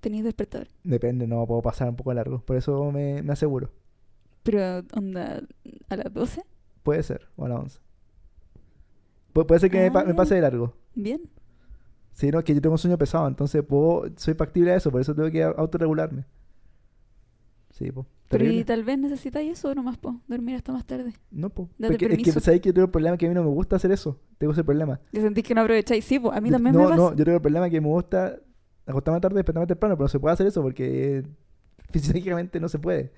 S3: tenéis despertador?
S2: Depende, no puedo pasar un poco largo. Por eso me, me aseguro.
S3: Pero, onda, a las 12.
S2: Puede ser, o a las 11. Pu- puede ser que me, pa- me
S3: Ah.
S2: pase de largo.
S3: Bien.
S2: Sí, no, es que yo tengo un sueño pesado, entonces puedo, soy factible a eso, por eso tengo que au- autorregularme. Sí, po.
S3: Pero
S2: Terrible.
S3: y tal vez necesitáis eso nomás, po. Dormir hasta más tarde.
S2: No, po.
S3: Date
S2: Porque es que
S3: permiso.
S2: sabéis que yo tengo el problema que a mí no me gusta hacer eso. Tengo ese problema.
S3: ¿Te sentís que no aprovecháis? Sí, po. A mí
S2: Yo-
S3: también
S2: no,
S3: me pasa.
S2: No, yo tengo el problema que me gusta acostarme tarde, despertarme temprano, pero no se puede hacer eso porque [laughs] eh, fisiológicamente no se puede.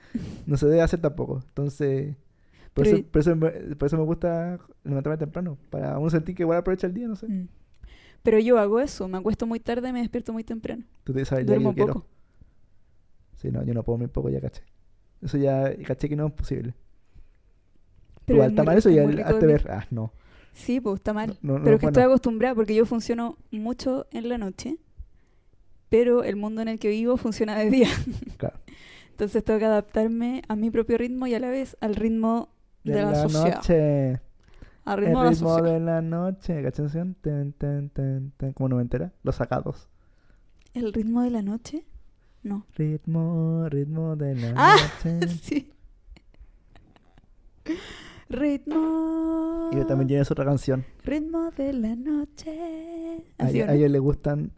S2: No se debe hacer tampoco. Entonces, por,
S3: Pero
S2: eso, por, eso, me- por eso me gusta levantarme temprano. Para uno sentir que igual aprovecha el día, no sé.
S3: Mm. Pero yo hago eso, me acuesto muy tarde y me despierto muy temprano.
S2: Tú te sabes ya que
S3: Duermo
S2: yo quiero.
S3: poco.
S2: Sí, no, yo no puedo dormir poco, ya caché. Eso ya caché que no es posible.
S3: Pero
S2: Tú
S3: es
S2: al
S3: muy
S2: tomar
S3: rico,
S2: eso
S3: es
S2: y
S3: muy
S2: al
S3: rico
S2: hazte
S3: dormir.
S2: ver. Ah, no.
S3: Sí, pues está mal.
S2: No, no, no,
S3: pero es que
S2: bueno.
S3: estoy acostumbrada porque yo funciono mucho en la noche, pero el mundo en el que vivo funciona de día. [laughs]
S2: Claro.
S3: Entonces tengo que adaptarme a mi propio ritmo y a la vez al ritmo de, la, sociedad.
S2: noche.
S3: Al
S2: El
S3: ritmo de la
S2: ritmo
S3: sociedad.
S2: de la noche. ¿Cachai canción? Ten, ten, ten, ten. Como noventera. Los sacados.
S3: ¿El ritmo de la noche? No.
S2: Ritmo, ritmo de la
S3: Ah,
S2: noche.
S3: [laughs] sí. Ritmo.
S2: Y también tienes otra canción.
S3: Ritmo de la noche.
S2: A,
S3: Así,
S2: ella-
S3: ¿o
S2: a
S3: [laughs]
S2: ella le gustan.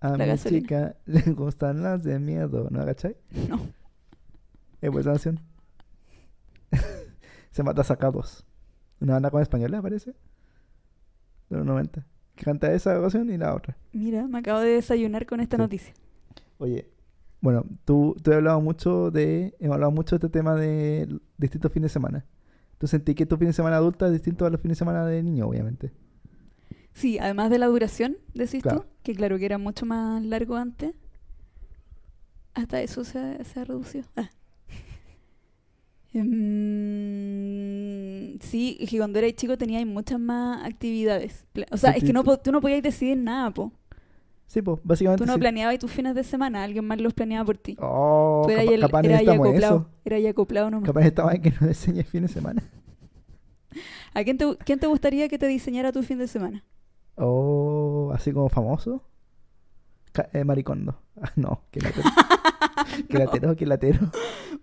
S2: A
S3: La
S2: mi
S3: gasolina.
S2: chica [laughs] le gustan las de miedo. ¿No, cachai?
S3: no? No.
S2: Es buena canción. Eh, pues, [laughs] Se mata sacados. Una banda con española, parece. De los 90. Que canta esa canción y la otra.
S3: Mira, me acabo de desayunar con esta
S2: Sí.
S3: noticia.
S2: Oye, bueno, tú, tú he hablado mucho de, hemos hablado mucho de este tema de distintos fines de semana. Tú sentí que tu fin de semana adulta es distinto a los fines de semana de niño, obviamente.
S3: Sí, además de la duración, decís tú,
S2: Claro.
S3: que claro que era mucho más largo antes. Hasta eso se ha, se ha reducido. Ah. [laughs] Em, sí, es que cuando erais chico teníais muchas más actividades. Pla- O sea,
S2: Sí,
S3: es
S2: sí,
S3: que no,
S2: tú-
S3: po- tú no podías decidir nada, po.
S2: Sí, pues,
S3: Tú
S2: básicamente.
S3: no
S2: sí.
S3: planeabas tus fines de semana, alguien más los planeaba por ti.
S2: Oh,
S3: Tú eras
S2: capa-
S3: el-
S2: capaz
S3: eras ahí
S2: necesitamos
S3: acoplado.
S2: eso.
S3: Eras ahí acoplado nomás.
S2: Capaz estaba que nos diseñe fin de semana.
S3: ¿A quién te, quién te gustaría que te diseñara tu fin de semana?
S2: Oh, así como famoso. Ca- eh, maricondo. [laughs] Ah, no, que latero. que
S3: [laughs] No.
S2: latero, que latero.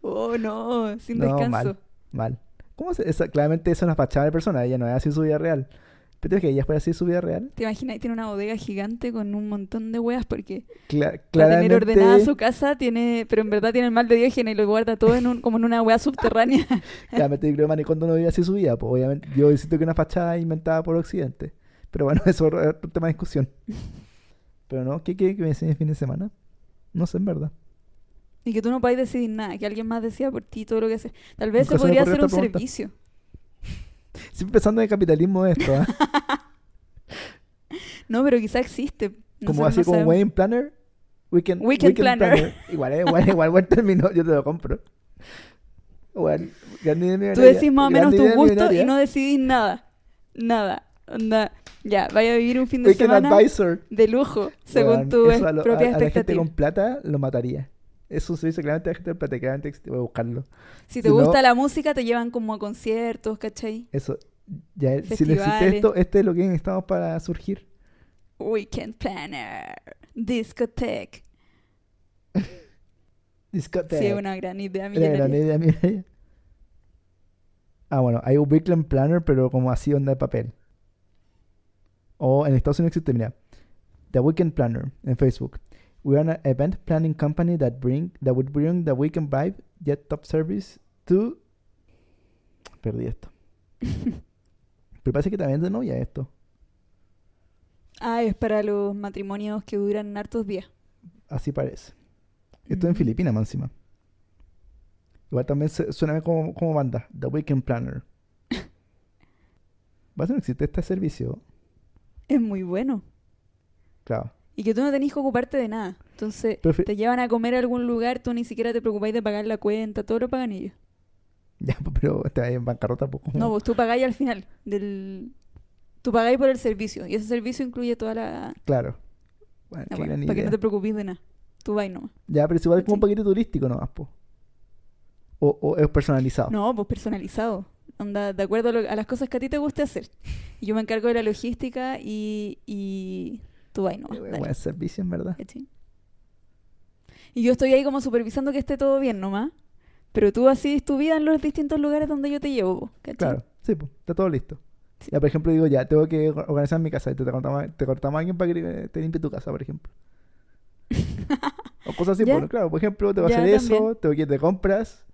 S3: Oh, no, sin
S2: No,
S3: descanso.
S2: mal. Mal. ¿Cómo se, esa- claramente eso es una fachada de persona, ella no es así en su vida real. Pero es que ella fuera así en su vida real.
S3: ¿Te imaginas? Tiene una bodega gigante con un montón de weas porque
S2: Cla-
S3: para tener
S2: claramente,
S3: ordenada su casa tiene, pero en verdad tiene el mal de Diógenes y lo guarda todo en un, como en una
S2: [laughs]
S3: wea subterránea.
S2: claramente yo creo que Maricondo no vive así su vida. Pues, obviamente, yo insisto que una fachada inventada por Occidente. Pero bueno, [laughs] eso es otro tema de discusión. Pero no, ¿qué quiere que me enseñe el fin de semana? No sé, en verdad.
S3: y que tú no puedes decidir nada, que alguien más decida por ti todo lo que haces. Tal vez
S2: Nunca se me
S3: se podría
S2: ocurrió
S3: hacer un
S2: esta pregunta.
S3: servicio.
S2: Siempre pensando en el capitalismo de esto, ¿ah?
S3: No, pero quizá existe. No
S2: Como
S3: sé,
S2: así
S3: no
S2: como
S3: sabemos.
S2: Wedding Planner. Weekend,
S3: Weekend planner.
S2: Igual, eh, igual, igual [laughs] buen término, yo te lo compro. Igual, gran idea
S3: Tú
S2: millonaria,
S3: decís más o
S2: gran
S3: menos tus
S2: idea
S3: gustos y
S2: millonaria.
S3: no decidís nada. Nada. Onda, ya, vaya a vivir un fin de
S2: Weekend
S3: semana
S2: Advisor.
S3: de lujo, según
S2: Weón,
S3: tu eh,
S2: eso a lo- a-
S3: propia
S2: a la gente
S3: expectativa.
S2: con plata lo mataría. Eso se dice claramente a la gente con plata, claramente existe- voy a buscarlo.
S3: Si
S2: si
S3: te
S2: no-
S3: gusta la música, te llevan como a conciertos, ¿cachai?
S2: Eso, ya, eh, si necesité
S3: Festivales.
S2: esto, este es lo que necesitamos para surgir.
S3: Weekend Planner, Discotech.
S2: Discoteca.
S3: Sí, es una gran idea
S2: Era gran
S3: millonaria.
S2: idea, millonaria. Ah, bueno, hay un Weekend Planner, pero como así onda de papel. O en Estados Unidos existe, mira. The Weekend Planner en Facebook. We are an event planning company that bring that would bring the weekend vibe, yet top service to. Perdí esto. Pero parece que también es de novia esto.
S3: Ah, es para los matrimonios que duran hartos días.
S2: Así parece. Esto en
S3: Ujú.
S2: Filipinas, más encima. Igual también se- suena como, como banda. The Weekend
S3: [laughs]
S2: Planner. Va a ser no existe este servicio.
S3: Es muy bueno.
S2: Claro.
S3: Y que tú no tenés que ocuparte de nada. Entonces,
S2: Prefi-
S3: te llevan a comer a algún lugar, tú ni siquiera te preocupáis de pagar la cuenta, todo lo pagan ellos.
S2: [laughs] Ya, pero te vas en bancarrota. pues, ¿cómo?
S3: No, pues tú pagáis al final. del Tú pagáis por el servicio. Y ese servicio incluye toda la.
S2: Claro. Bueno,
S3: la
S2: qué
S3: wea,
S2: gran
S3: para que no
S2: idea.
S3: te preocupes de nada. Tú vais nomás.
S2: Ya, pero es igual como un
S3: Sí.
S2: paquete turístico nomás, po. O, o es personalizado.
S3: No, pues personalizado. Onda, de acuerdo a, lo- a las cosas que a ti te guste hacer. Y Yo me encargo de la logística y, y tú vas nomás.
S2: Eh,
S3: dale,
S2: Buen servicio, en verdad.
S3: ¿cachai? Y yo estoy ahí como supervisando que esté todo bien nomás. Pero tú así tu vida en los distintos lugares donde yo te llevo, po, ¿cachai?
S2: Claro, sí, pues, está todo listo.
S3: Sí.
S2: Ya, por ejemplo, digo, ya, tengo que or- organizar mi casa. y Te te cortamos, te cortamos a alguien para que te limpie tu casa, por
S3: [laughs]
S2: ejemplo. o cosas así,
S3: Ya.
S2: bueno, claro. Por ejemplo, te voy a
S3: Ya,
S2: hacer eso,
S3: también.
S2: tengo que ir de compras,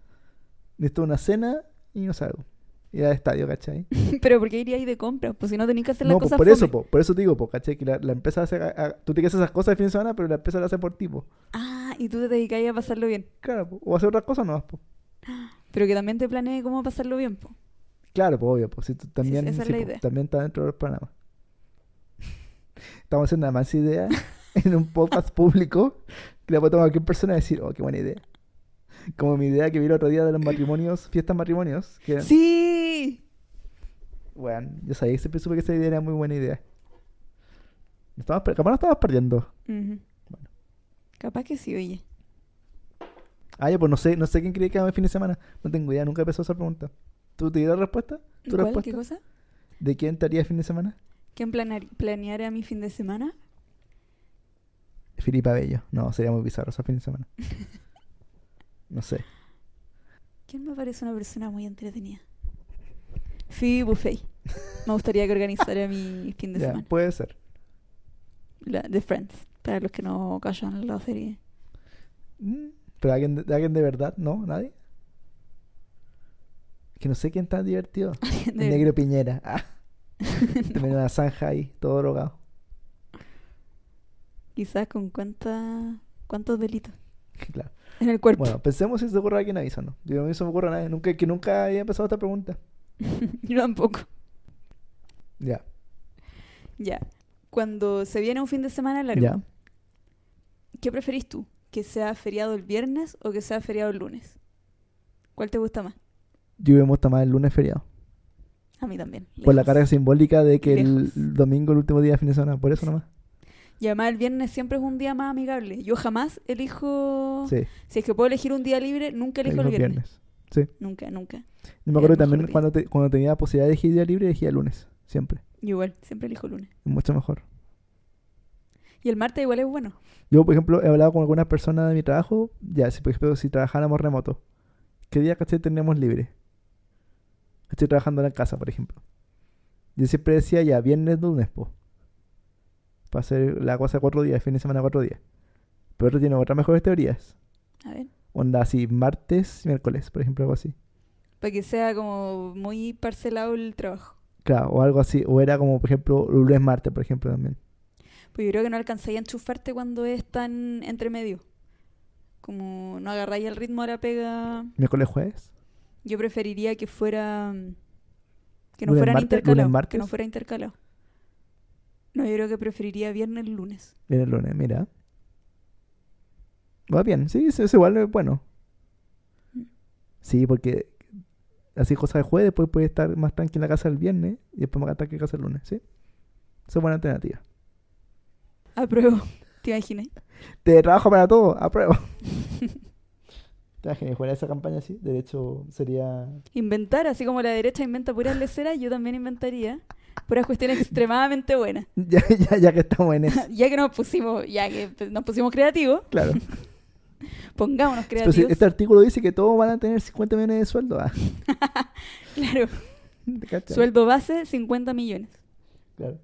S2: necesito una cena y no salgo. Ir al estadio, ¿cachai?
S3: [laughs] pero porque iría ahí de compras, pues si no tenías que hacer las
S2: No, pues,
S3: cosas
S2: por eso,
S3: fome.
S2: po, por eso te digo, po, ¿cachai? Que la, la empresa hace, a- a- tú tienes que hacer esas cosas el fin de semana, pero la empresa lo hace por ti, po.
S3: Ah, y tú te dedicáis a pasarlo bien.
S2: Claro, po. o hacer otras cosas nomás, po.
S3: Pero que también te planees cómo pasarlo bien, po.
S2: Claro, pues obvio, pues si tú también,
S3: esa es
S2: sí,
S3: la
S2: po,
S3: idea.
S2: también está dentro del programa. Estamos haciendo nada más idea [laughs] en un podcast público que la puede tomar cualquier persona y decir, oh, qué buena idea. Como mi idea que vi el otro día de los matrimonios, fiestas matrimonios, que
S3: ¡Sí!
S2: bueno, yo sabía siempre supe que esa idea era muy buena idea. Estamos, per- capaz no estabas perdiendo.
S3: Ujú. Capaz que sí, oye.
S2: Ah, ya, pues no sé, no sé quién cree que hago el fin de semana. No tengo idea, nunca empezó esa pregunta. ¿Tú te la respuesta? ¿Tu
S3: ¿Cuál? ¿Qué
S2: respuesta?
S3: cosa?
S2: ¿De quién te haría el fin de semana?
S3: ¿Quién planear- planearía mi fin de semana?
S2: Filipa Bello. No, sería muy bizarro ese fin de
S3: [laughs]
S2: semana. No sé.
S3: ¿Quién me parece una persona muy entretenida? Phoebe Buffet. Me gustaría que
S2: [laughs]
S3: organizara mi fin de
S2: Ya,
S3: semana.
S2: puede ser.
S3: La, de Friends, para los que no callan la serie. [laughs]
S2: Mm, Pero alguien de, alguien de verdad, ¿no? ¿Nadie? Que no sé quién tan divertido. El
S3: De-
S2: negro Piñera.
S3: [laughs]
S2: Ah, [laughs] Tenía una zanja ahí, todo drogado. [laughs]
S3: Quizás con cuánta, cuántos delitos
S2: Claro.
S3: en el cuerpo.
S2: Bueno, pensemos si se ocurre a alguien avisa, ¿no? Yo no se me ocurre a nadie. Nunca, que nunca haya empezado esta pregunta.
S3: [laughs] Yo tampoco.
S2: Ya.
S3: Ya. Cuando se viene un fin de semana largo,
S2: Ya.
S3: ¿qué preferís tú? ¿Que sea feriado el viernes o que sea feriado el lunes? ¿Cuál te gusta más?
S2: Yo me gusta más el lunes feriado.
S3: A mí también.
S2: Por la
S3: lejos.
S2: carga simbólica de que el
S3: Lejos.
S2: domingo, el último día de fin de semana. Por eso nomás.
S3: Y además el viernes siempre es un día más amigable. Yo jamás elijo...
S2: Sí.
S3: Si es que puedo elegir un día libre, nunca elijo el
S2: el
S3: Oh, viernes.
S2: viernes.
S3: Nunca, nunca.
S2: Yo me
S3: Es
S2: acuerdo que
S3: el mejor
S2: también
S3: día.
S2: cuando, te- cuando tenía la posibilidad de elegir día libre, elegía el lunes. Siempre.
S3: Yo igual, siempre elijo el lunes.
S2: Es mucho mejor.
S3: Y el martes igual es bueno.
S2: Yo, por ejemplo, he hablado con algunas personas de mi trabajo. Ya, si por ejemplo, si trabajáramos remoto, ¿qué día caché teníamos libre? Estoy trabajando en la casa, por ejemplo. Yo siempre decía ya, viernes, lunes, po. Para hacer la cosa cuatro días, fin de semana cuatro días. Pero otro tiene otras mejores teorías.
S3: A ver.
S2: Onda así, martes, miércoles, por ejemplo, algo así.
S3: Para que sea como muy parcelado el trabajo.
S2: Claro, o algo así. O era como, por ejemplo, lunes, martes, por ejemplo, también.
S3: Pues yo creo que no alcanzáis a enchufarte cuando es tan entre medio. Como no agarráis el ritmo a la pega.
S2: Miércoles, jueves.
S3: Yo preferiría que fuera. mm, Que no
S2: ¿Lunes,
S3: fueran
S2: martes?
S3: intercalados.
S2: ¿Lunes, martes?
S3: Que no fuera intercalado. No, yo creo que preferiría viernes, lunes.
S2: Viene el lunes, mira. Va bien, sí, eso es igual, es bueno.
S3: Mm.
S2: Sí, porque así cosas de jueves, después puede estar más tranqui en la casa el viernes y después más tranqui en casa el lunes, ¿sí? Esa es buena alternativa.
S3: Apruebo. [laughs] ¿Te imaginas?
S2: Te trabajo para todo, [laughs] apruebo. ¿Te imaginas jugar esa campaña así? De hecho, sería.
S3: Inventar, así como la derecha inventa puras leceras, yo también inventaría
S2: [laughs]
S3: puras cuestiones extremadamente buenas.
S2: [laughs] Ya, ya, ya que estamos en eso,
S3: ya que nos pusimos, ya que nos pusimos creativos, [laughs]
S2: claro.
S3: pongámonos
S2: Pero si
S3: creativos.
S2: este artículo dice que todos van a tener 50 millones de sueldo. Ah, [laughs]
S3: Claro,
S2: ¿te cachas?
S3: sueldo base 50 millones.
S2: Claro.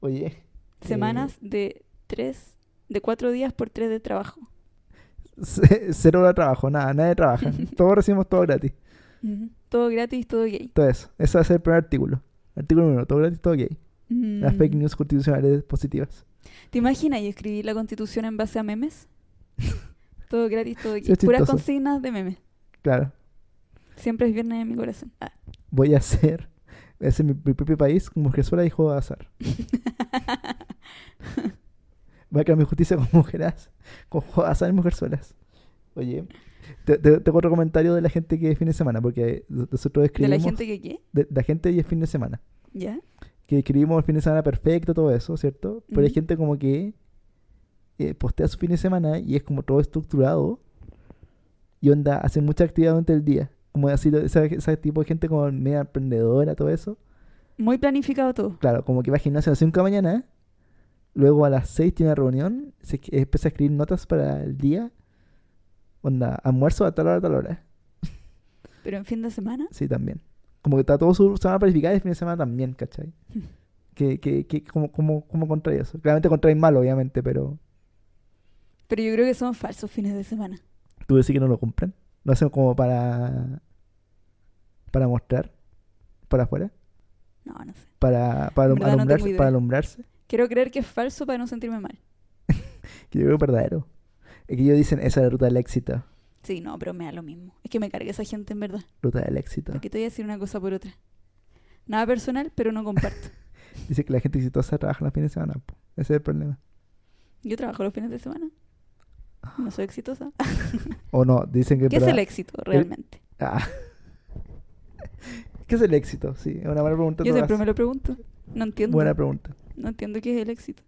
S2: Oye.
S3: Semanas de 3, de 4 días por 3 de trabajo.
S2: C- [laughs] Cero hora de trabajo, nada, nadie
S3: [laughs]
S2: trabaja. Todos recibimos todo gratis.
S3: Todo gratis, todo gay.
S2: Todo eso. Ese va a ser el primer artículo. Artículo número, todo gratis, todo gay. Las
S3: Mm.
S2: fake news constitucionales positivas.
S3: ¿Te imaginas yo escribir la constitución en base
S2: [laughs]
S3: a memes? todo gratis, todo gay.
S2: Sí, es
S3: Puras
S2: chistoso.
S3: consignas de memes.
S2: Claro.
S3: Siempre es viernes en mi corazón. [laughs] Ah.
S2: Voy a hacer, voy a hacer mi, mi propio país con mujer sola y juego de azar. Voy a crear mi justicia con mujeres, con juego de azar y mujer solas. Oye, te- te- tengo otro comentario de la gente que es fin de semana, porque nosotros
S3: de
S2: escribimos.
S3: la gente que qué?
S2: de la gente y es fin de semana.
S3: ¿Ya?
S2: que escribimos el fin de semana perfecto, todo eso, ¿cierto? Pero hay
S3: Ujú.
S2: gente como que eh, postea su fin de semana y es como todo estructurado y onda, hace mucha actividad durante el día. Como así, lo- esa- ese, tipo de gente como media emprendedora, todo eso.
S3: Muy planificado todo.
S2: Claro, como que va al gimnasio a las 5 de la mañana, luego a las 6 tiene una reunión, se que- empieza a escribir notas para el día. Onda, almuerzo a tal hora, a tal hora.
S3: Pero en fin de semana.
S2: Sí, también. Como que está todo su semana planificada y el fin de semana también,
S3: [laughs]
S2: ¿cachai? que, que, que, como, como, como contra eso. Claramente contra el mal, obviamente, pero
S3: Pero yo creo que son falsos fines de semana.
S2: tú decís que no lo cumplen. Lo hacen como para. para mostrar. para afuera.
S3: No, no sé.
S2: Para, para
S3: En verdad no tengo
S2: alumbrarse.
S3: idea.
S2: para alumbrarse.
S3: Quiero creer que es falso para no sentirme mal.
S2: Que yo creo que es verdadero. Es que ellos dicen, esa es la ruta del éxito.
S3: Sí, no, pero me da lo mismo. Es que me carga esa gente en verdad.
S2: Ruta del éxito.
S3: Porque te voy a decir una cosa por otra. Nada personal, pero no comparto.
S2: Dice que la gente exitosa trabaja los fines de semana. po. Ese es el problema.
S3: Yo trabajo los fines de semana. No soy exitosa.
S2: O no, dicen que.
S3: ¿Qué es el
S2: para-
S3: éxito realmente?
S2: Ah. [laughs] ¿Qué es el éxito? Sí, es una buena pregunta.
S3: Yo
S2: tú
S3: siempre
S2: vas.
S3: me lo pregunto. No entiendo.
S2: Buena pregunta.
S3: No entiendo qué es el éxito.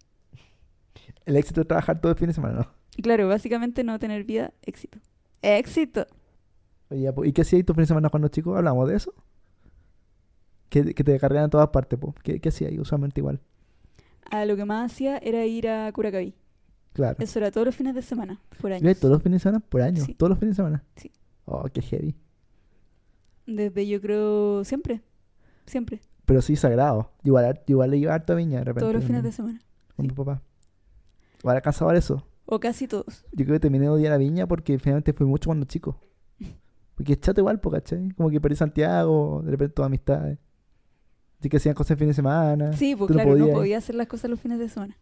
S2: El éxito es trabajar todo el fin de semana, ¿no?
S3: Y claro, básicamente no tener vida, éxito. Éxito.
S2: Oye, ya, po, ¿Y qué hacías tu fin de semana cuando chico? ¿Hablamos de eso? Que, que te cargaban en todas partes, po. ¿Qué, qué hacías ahí? Usualmente igual.
S3: Ah, lo que más hacía era ir a Curacaví.
S2: Claro.
S3: Eso era todos los fines de semana, por
S2: Yo iba
S3: años.
S2: todos los fines de semana por año.
S3: Sí.
S2: Todos los fines de semana.
S3: Sí.
S2: Oh, qué heavy.
S3: Desde yo creo siempre. Siempre.
S2: Pero sí, sagrado. Yo Igual, yo igual le iba harto a Viña de repente.
S3: Todos los
S2: con
S3: fines
S2: mi-
S3: de semana.
S2: Con mi papá. Igual alcanzaba eso.
S3: O casi todos.
S2: Yo creo que terminé de odiar a Viña porque finalmente fui mucho cuando
S3: [laughs]
S2: chico. Porque es chato igual, po, ¿cachai? Como que perdí Santiago, de repente todas amistades. Así que hacían cosas en fin de semana.
S3: Sí, pues
S2: Ah, tú no
S3: claro, no
S2: podías.
S3: podía hacer las cosas los fines de semana.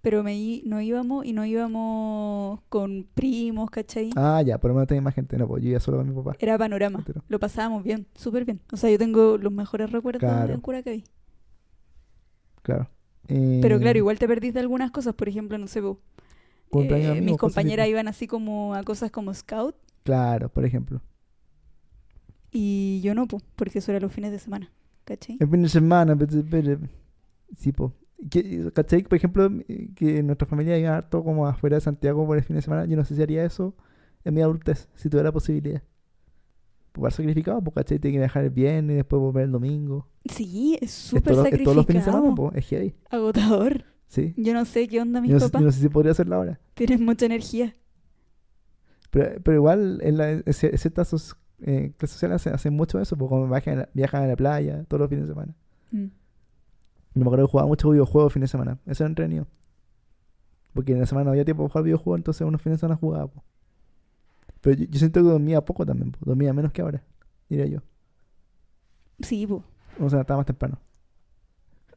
S3: Pero me i- no íbamos y no íbamos con primos, ¿cachai?
S2: Ah, ya, por lo menos tenía más gente. No, pues yo iba solo con mi papá.
S3: Era panorama.
S2: Entero.
S3: Lo pasábamos bien, súper bien. O sea, yo tengo los mejores recuerdos
S2: Claro.
S3: en Curacaví.
S2: Claro.
S3: Pero
S2: Eh,
S3: claro, igual te perdís de algunas cosas. Por ejemplo, no sé, po,
S2: cumpleaños
S3: eh,
S2: amigos,
S3: mis
S2: cosas así,
S3: compañeras
S2: po.
S3: iban así como a cosas como scout
S2: Claro, por ejemplo.
S3: y yo no, po, porque eso era los fines de semana, ¿cachai?
S2: El fin de semana, pero- pero- sí, po. Que- ¿Cachai? Por ejemplo, eh, que nuestra familia iba harto como afuera de Santiago por el fin de semana. Yo no sé si haría eso en mi adultez, si tuviera la posibilidad. Por sacrificado, pues, ¿cachai? Tiene que viajar el viernes y después volver el domingo.
S3: Sí, es súper
S2: Es todo- es todos los fines de semana,
S3: sacrificado,
S2: pues, es heavy.
S3: agotador.
S2: Sí.
S3: Yo no sé qué onda mis
S2: Yo no, sé-
S3: papás.
S2: yo no sé si podría hacerlo ahora.
S3: Tienen mucha energía.
S2: Pero, pero igual, en, la, en cier- en ciertas sos- eh, clases sociales hacen, hacen mucho eso, pues, como viajan a, la, viajan a la playa todos los fines de semana.
S3: Mm.
S2: Yo me acuerdo que jugaba muchos videojuegos fin de semana. Eso era entretenido. Porque en la semana no había tiempo para jugar videojuegos, entonces unos fines de semana jugaba. po. Pero yo, yo siento que dormía poco también. po. Dormía menos que ahora, diría yo.
S3: Sí, po.
S2: O sea, estaba más temprano.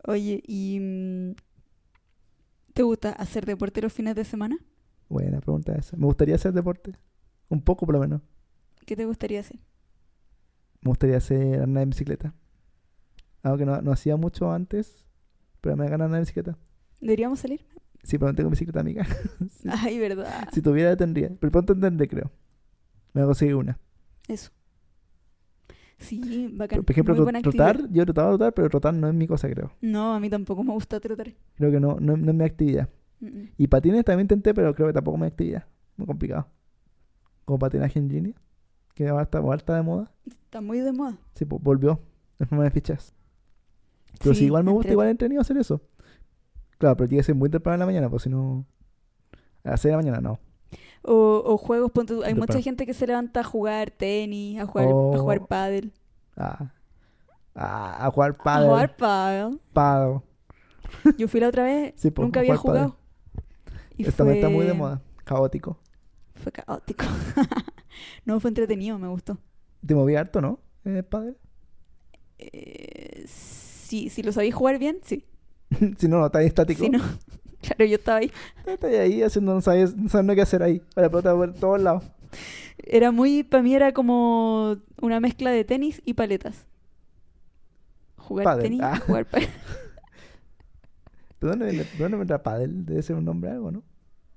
S3: Oye, ¿y mm, te gusta hacer deporte los fines de semana?
S2: Buena pregunta esa. Me gustaría hacer deporte. Un poco por lo menos.
S3: ¿Qué te gustaría hacer?
S2: Me gustaría hacer andar en bicicleta. Algo que no, no hacía mucho antes, pero me gana andar en bicicleta.
S3: ¿Deberíamos salir?
S2: Sí, pero no tengo bicicleta amiga.
S3: [laughs] Ay, verdad.
S2: si tuviera, tendría. Pero pronto tendré, creo. Me voy a conseguir una.
S3: Eso. Sí, bacán.
S2: Por ejemplo,
S3: Muy
S2: tro-
S3: buena actividad.
S2: trotar. Yo trataba de trotar, pero trotar no es mi cosa, creo.
S3: No, a mí tampoco me gusta trotar.
S2: Creo que no, no, no es mi actividad.
S3: Mm, mm.
S2: Y patines también intenté, pero creo que tampoco es mi actividad. Muy complicado. Como patinaje en línea, que ahora está, ahora está de moda.
S3: Está muy de moda.
S2: Sí, po- volvió en forma de fichas. Pero si igual me gusta,
S3: entrete.
S2: igual he entretenido hacer eso. Claro, pero tiene que ser muy temprano en la mañana, pues si no. A las 6 de la mañana no.
S3: O, o juegos, ponte tú, Hay
S2: Temprano.
S3: mucha gente que se levanta a jugar tenis, a jugar, a
S2: Oh.
S3: jugar pádel.
S2: Ah. Ah, a jugar
S3: A
S2: pádel.
S3: jugar pádel.
S2: pádel.
S3: Yo fui la otra vez,
S2: Sí, po, a
S3: nunca había
S2: jugar pádel.
S3: jugado. Y
S2: Esta vez está muy de
S3: fue-
S2: moda. Caótico.
S3: Fue caótico. [laughs] no, fue entretenido, me gustó.
S2: Te moví harto, ¿no? En el pádel.
S3: Eh, sí, si lo sabéis jugar bien, sí.
S2: [laughs] si no, no, está ahí estático. [laughs]
S3: Si no, [laughs] claro, yo estaba ahí.
S2: Estoy ahí haciendo, no sabes, no sabes qué hacer ahí. Para pelota por todos lados.
S3: Era muy, para mí era como una mezcla de tenis y paletas. Jugar
S2: Pádel,
S3: tenis,
S2: ah.
S3: jugar pa-
S2: ¿De dónde, viene- de dónde vendrá Padel? Debe ser un nombre algo, ¿no?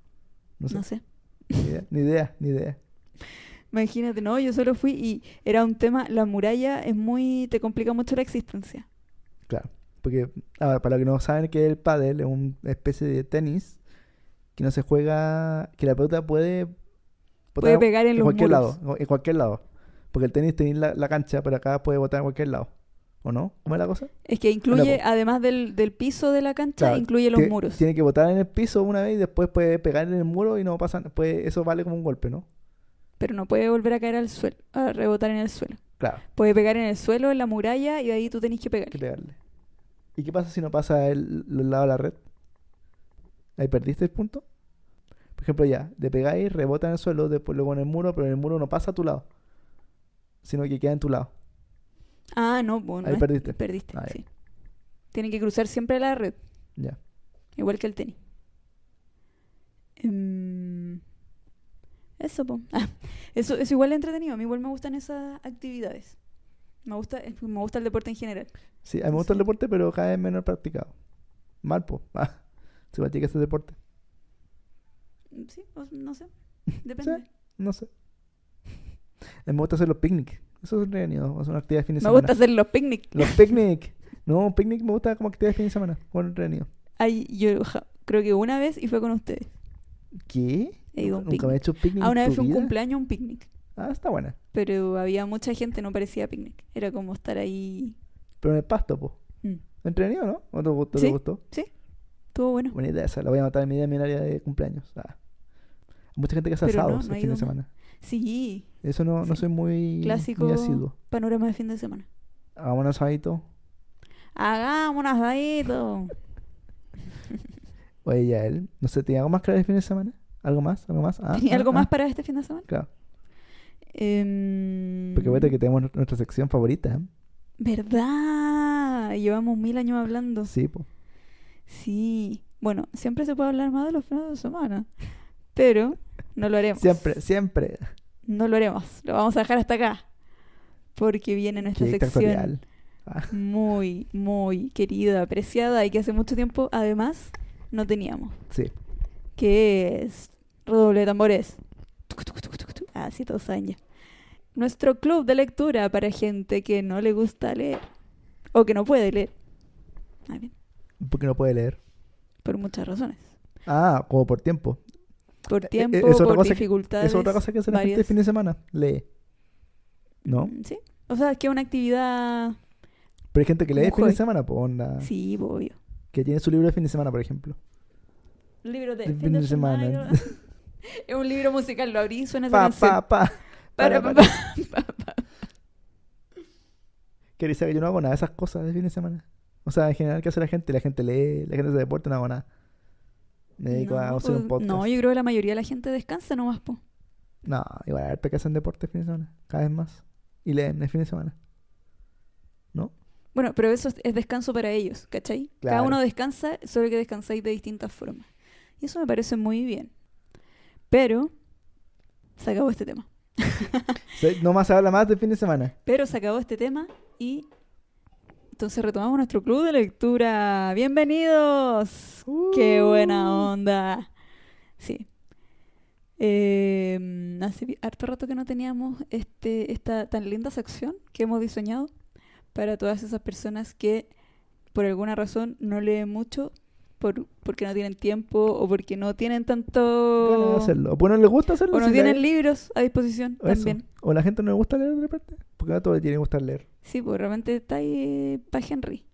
S2: [laughs] No sé,
S3: No sé.
S2: Ni, idea, ni idea, ni idea.
S3: Imagínate, no, yo solo fui y era un tema, la muralla es muy, te complica mucho la existencia.
S2: Claro. Porque, ahora, para los que no saben qué es el Padel, es una especie de tenis que no se juega, que la pelota puede...
S3: Puede
S2: botar
S3: pegar en
S2: en
S3: los
S2: cualquier
S3: muros.
S2: lado, en cualquier lado. Porque el tenis tenés la, la cancha, pero acá puede botar en cualquier lado. ¿O no? ¿Cómo es la cosa?
S3: Es que incluye,
S2: po.
S3: además del, del piso de la cancha,
S2: Claro,
S3: incluye los
S2: Tie-
S3: muros.
S2: Tiene que botar en el piso una vez y después puede pegar en el muro y no pasa puede- Eso vale como un golpe, ¿no?
S3: Pero no puede volver a caer al suelo, a rebotar en el suelo.
S2: Claro,
S3: Puede pegar en el suelo, en la muralla, y ahí tú tenés que
S2: hay
S3: pegar.
S2: que pegarle. ¿Y qué pasa si no pasa el, el lado de la red? ¿Ahí perdiste el punto? Por ejemplo, ya, le pegáis, rebota en el suelo, después luego en el muro, pero en el muro no pasa a tu lado, sino que queda en tu lado.
S3: Ah, no, bueno.
S2: Ahí perdiste.
S3: Perdiste,
S2: Ah, ya.
S3: sí. Tienen que cruzar siempre la red,
S2: Ya.
S3: igual que el tenis. Em, eso, po. [laughs] Ah, eso, eso igual es entretenido. A mí igual me gustan esas actividades. Me gusta, eh, me gusta el deporte en general.
S2: Sí, a mí me gusta el
S3: Sí.
S2: deporte, pero cada vez menos practicado. Mal, po. [laughs] Ah, se va a llegar ese deporte.
S3: Mm, Sí, o-
S2: [laughs]
S3: no sé. Depende.
S2: No sé. [laughs] A mí me gusta hacer los picnics. Eso es entretenido, es una actividad de fin de
S3: Me
S2: semana.
S3: gusta hacer los picnic.
S2: Los picnic. No, picnic me gusta como actividad de fin de semana. Bueno, entretenido.
S3: Ay, yo ja, creo que una vez y fue con ustedes.
S2: ¿Qué?
S3: He ido a un
S2: ¿Nunca me he
S3: picnic.
S2: hecho un picnic
S3: A
S2: en
S3: una
S2: tu
S3: vez fue un
S2: vida?
S3: cumpleaños, un picnic.
S2: Ah, está buena.
S3: Pero había mucha gente, no parecía picnic. Era como estar ahí.
S2: Pero en el pasto, po.
S3: Mm.
S2: ¿Entretenido, no? ¿O te gustó?
S3: Sí.
S2: ¿Te gustó?
S3: Estuvo bueno.
S2: Buena idea esa. La voy a anotar en mi idea en mi área de cumpleaños. Ah. Mucha gente que hace
S3: Pero no,
S2: asados
S3: no
S2: el
S3: he
S2: fin de
S3: ido
S2: semana.
S3: Sí,
S2: Eso no, no
S3: Sí.
S2: soy muy,
S3: Clásico.
S2: muy asiduo.
S3: panorama de fin de semana.
S2: Hagamos un asadito.
S3: Hagamos un asadito.
S2: Oye, ya él. No sé, ¿te hago más claro el fin de semana? ¿Algo más? ¿Algo más? Ah,
S3: ¿Tenía
S2: ah,
S3: algo
S2: ah.
S3: más para este fin de semana?
S2: Claro.
S3: Em,
S2: Porque fíjate que tenemos nu- nuestra sección favorita. ¿eh?
S3: ¿Verdad? Llevamos mil años hablando.
S2: Sí, po.
S3: Sí. Bueno, siempre se puede hablar más de los fines de semana. Pero no lo haremos.
S2: Siempre, siempre.
S3: No lo haremos. Lo vamos a dejar hasta acá. Porque viene nuestra
S2: Qué
S3: sección
S2: dictatorial. Ah,
S3: muy, muy querida, apreciada y que hace mucho tiempo, además, no teníamos.
S2: sí.
S3: Que es redoble de tambores. Tuc, tuc, tuc, tuc, tuc. Así todos saben ya. Nuestro club de lectura para gente que no le gusta leer. O que no puede leer. Ah, bien.
S2: Porque no puede leer.
S3: Por muchas razones.
S2: Ah, como por tiempo.
S3: Por
S2: eh,
S3: tiempo,
S2: es otra
S3: por
S2: cosa que-
S3: dificultades.
S2: Es otra cosa que hace la gente el
S3: varias.
S2: fin de semana. Lee. ¿No? Ah.
S3: Mm, Sí. O sea, es que es una actividad.
S2: Pero hay gente que lee
S3: Como
S2: el fin de
S3: hobby.
S2: semana, po, onda.
S3: Sí, obvio.
S2: Que tiene su libro de fin de semana, por ejemplo.
S3: Libro de
S2: Del
S3: fin de semana. es [laughs] un libro musical, lo abrí, suena esa
S2: Pa,
S3: canción.
S2: pa, pa.
S3: [laughs] Para,
S2: para,
S3: pa, pa, pa, pa.
S2: Que dice que yo no hago nada de esas cosas de fin de semana. O sea, en general, ¿qué hace la gente? La gente lee, la gente hace deporte, no hago nada. Me dedico a
S3: No,
S2: hacer un
S3: pues,
S2: podcast.
S3: no, yo creo que la mayoría de la gente descansa nomás, po.
S2: No, igual harto que hacen deporte el fin de semana, cada vez más. Y leen el fin de semana.
S3: Bueno, pero eso es, es descanso para ellos, ¿cachai? Cada
S2: Claro.
S3: uno descansa, solo que descansáis de distintas formas. Y eso me parece muy bien. Pero se acabó este tema.
S2: Se- No más se habla más del fin de semana.
S3: Pero se acabó este tema y entonces retomamos nuestro club de lectura. ¡Bienvenidos! ¡Qué buena onda! Sí. Eh, hace bi- harto rato que no teníamos este, esta tan linda sección que hemos diseñado para todas esas personas que por alguna razón no leen mucho, por, porque no tienen tiempo o porque no tienen
S2: Uh, Ganas de
S3: tanto...
S2: hacerlo. O pues no les gusta hacerlo.
S3: O no
S2: si
S3: tienen
S2: la-
S3: libros a disposición
S2: o eso.
S3: también.
S2: O la gente no le gusta leer de repente. Porque a todos les tiene que gustar leer.
S3: Sí, pues realmente está ahí para Henry.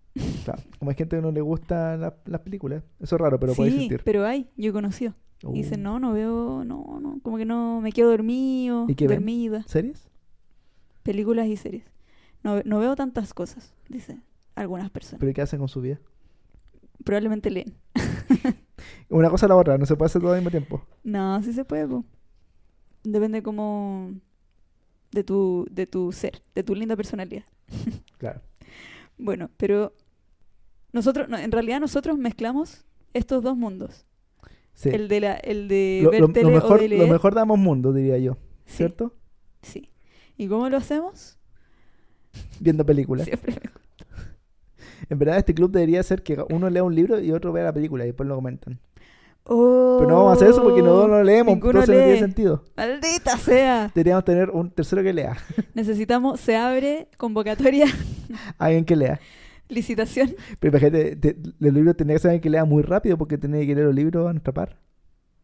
S2: Claro. Como hay gente que no le gusta la- las películas. Eso es raro, pero puede
S3: sí,
S2: existir.
S3: pero hay, yo he conocido.
S2: Uh.
S3: Y dicen, no, no veo, no, no, como que no, me quedo dormido,
S2: ¿Y qué ven?
S3: dormida.
S2: Uh. ¿Series?
S3: Películas y series. No, no veo tantas cosas, dicen algunas personas.
S2: ¿Pero qué hacen con su vida?
S3: Probablemente leen.
S2: Una cosa a la otra, no se puede hacer todo al mismo tiempo.
S3: No, sí se puede, po. Depende como de tu, de tu ser, de tu linda personalidad.
S2: Claro.
S3: Bueno, pero nosotros, no, en realidad nosotros mezclamos estos dos mundos.
S2: Sí.
S3: El de la, el de
S2: lo,
S3: ver
S2: lo- lo
S3: tele o
S2: mejor,
S3: de
S2: lo
S3: leer.
S2: mejor damos mundo, diría yo.
S3: Sí.
S2: ¿Cierto?
S3: Sí. ¿Y cómo lo hacemos?
S2: Viendo películas.
S3: Siempre.
S2: En verdad, este club debería ser que uno lea un libro y otro vea la película y después lo comentan.
S3: Oh,
S2: Pero no vamos a hacer eso porque nosotros no leemos,
S3: ninguno
S2: entonces no tiene
S3: lee.
S2: sentido.
S3: Maldita sea.
S2: Deberíamos tener un tercero que lea, [laughs]
S3: Necesitamos, se abre convocatoria,
S2: alguien que lea.
S3: licitación. [laughs]
S2: Pero imagínate, te- los libros tendría que ser alguien que lea muy rápido porque tenía que leer los libros a nuestra par.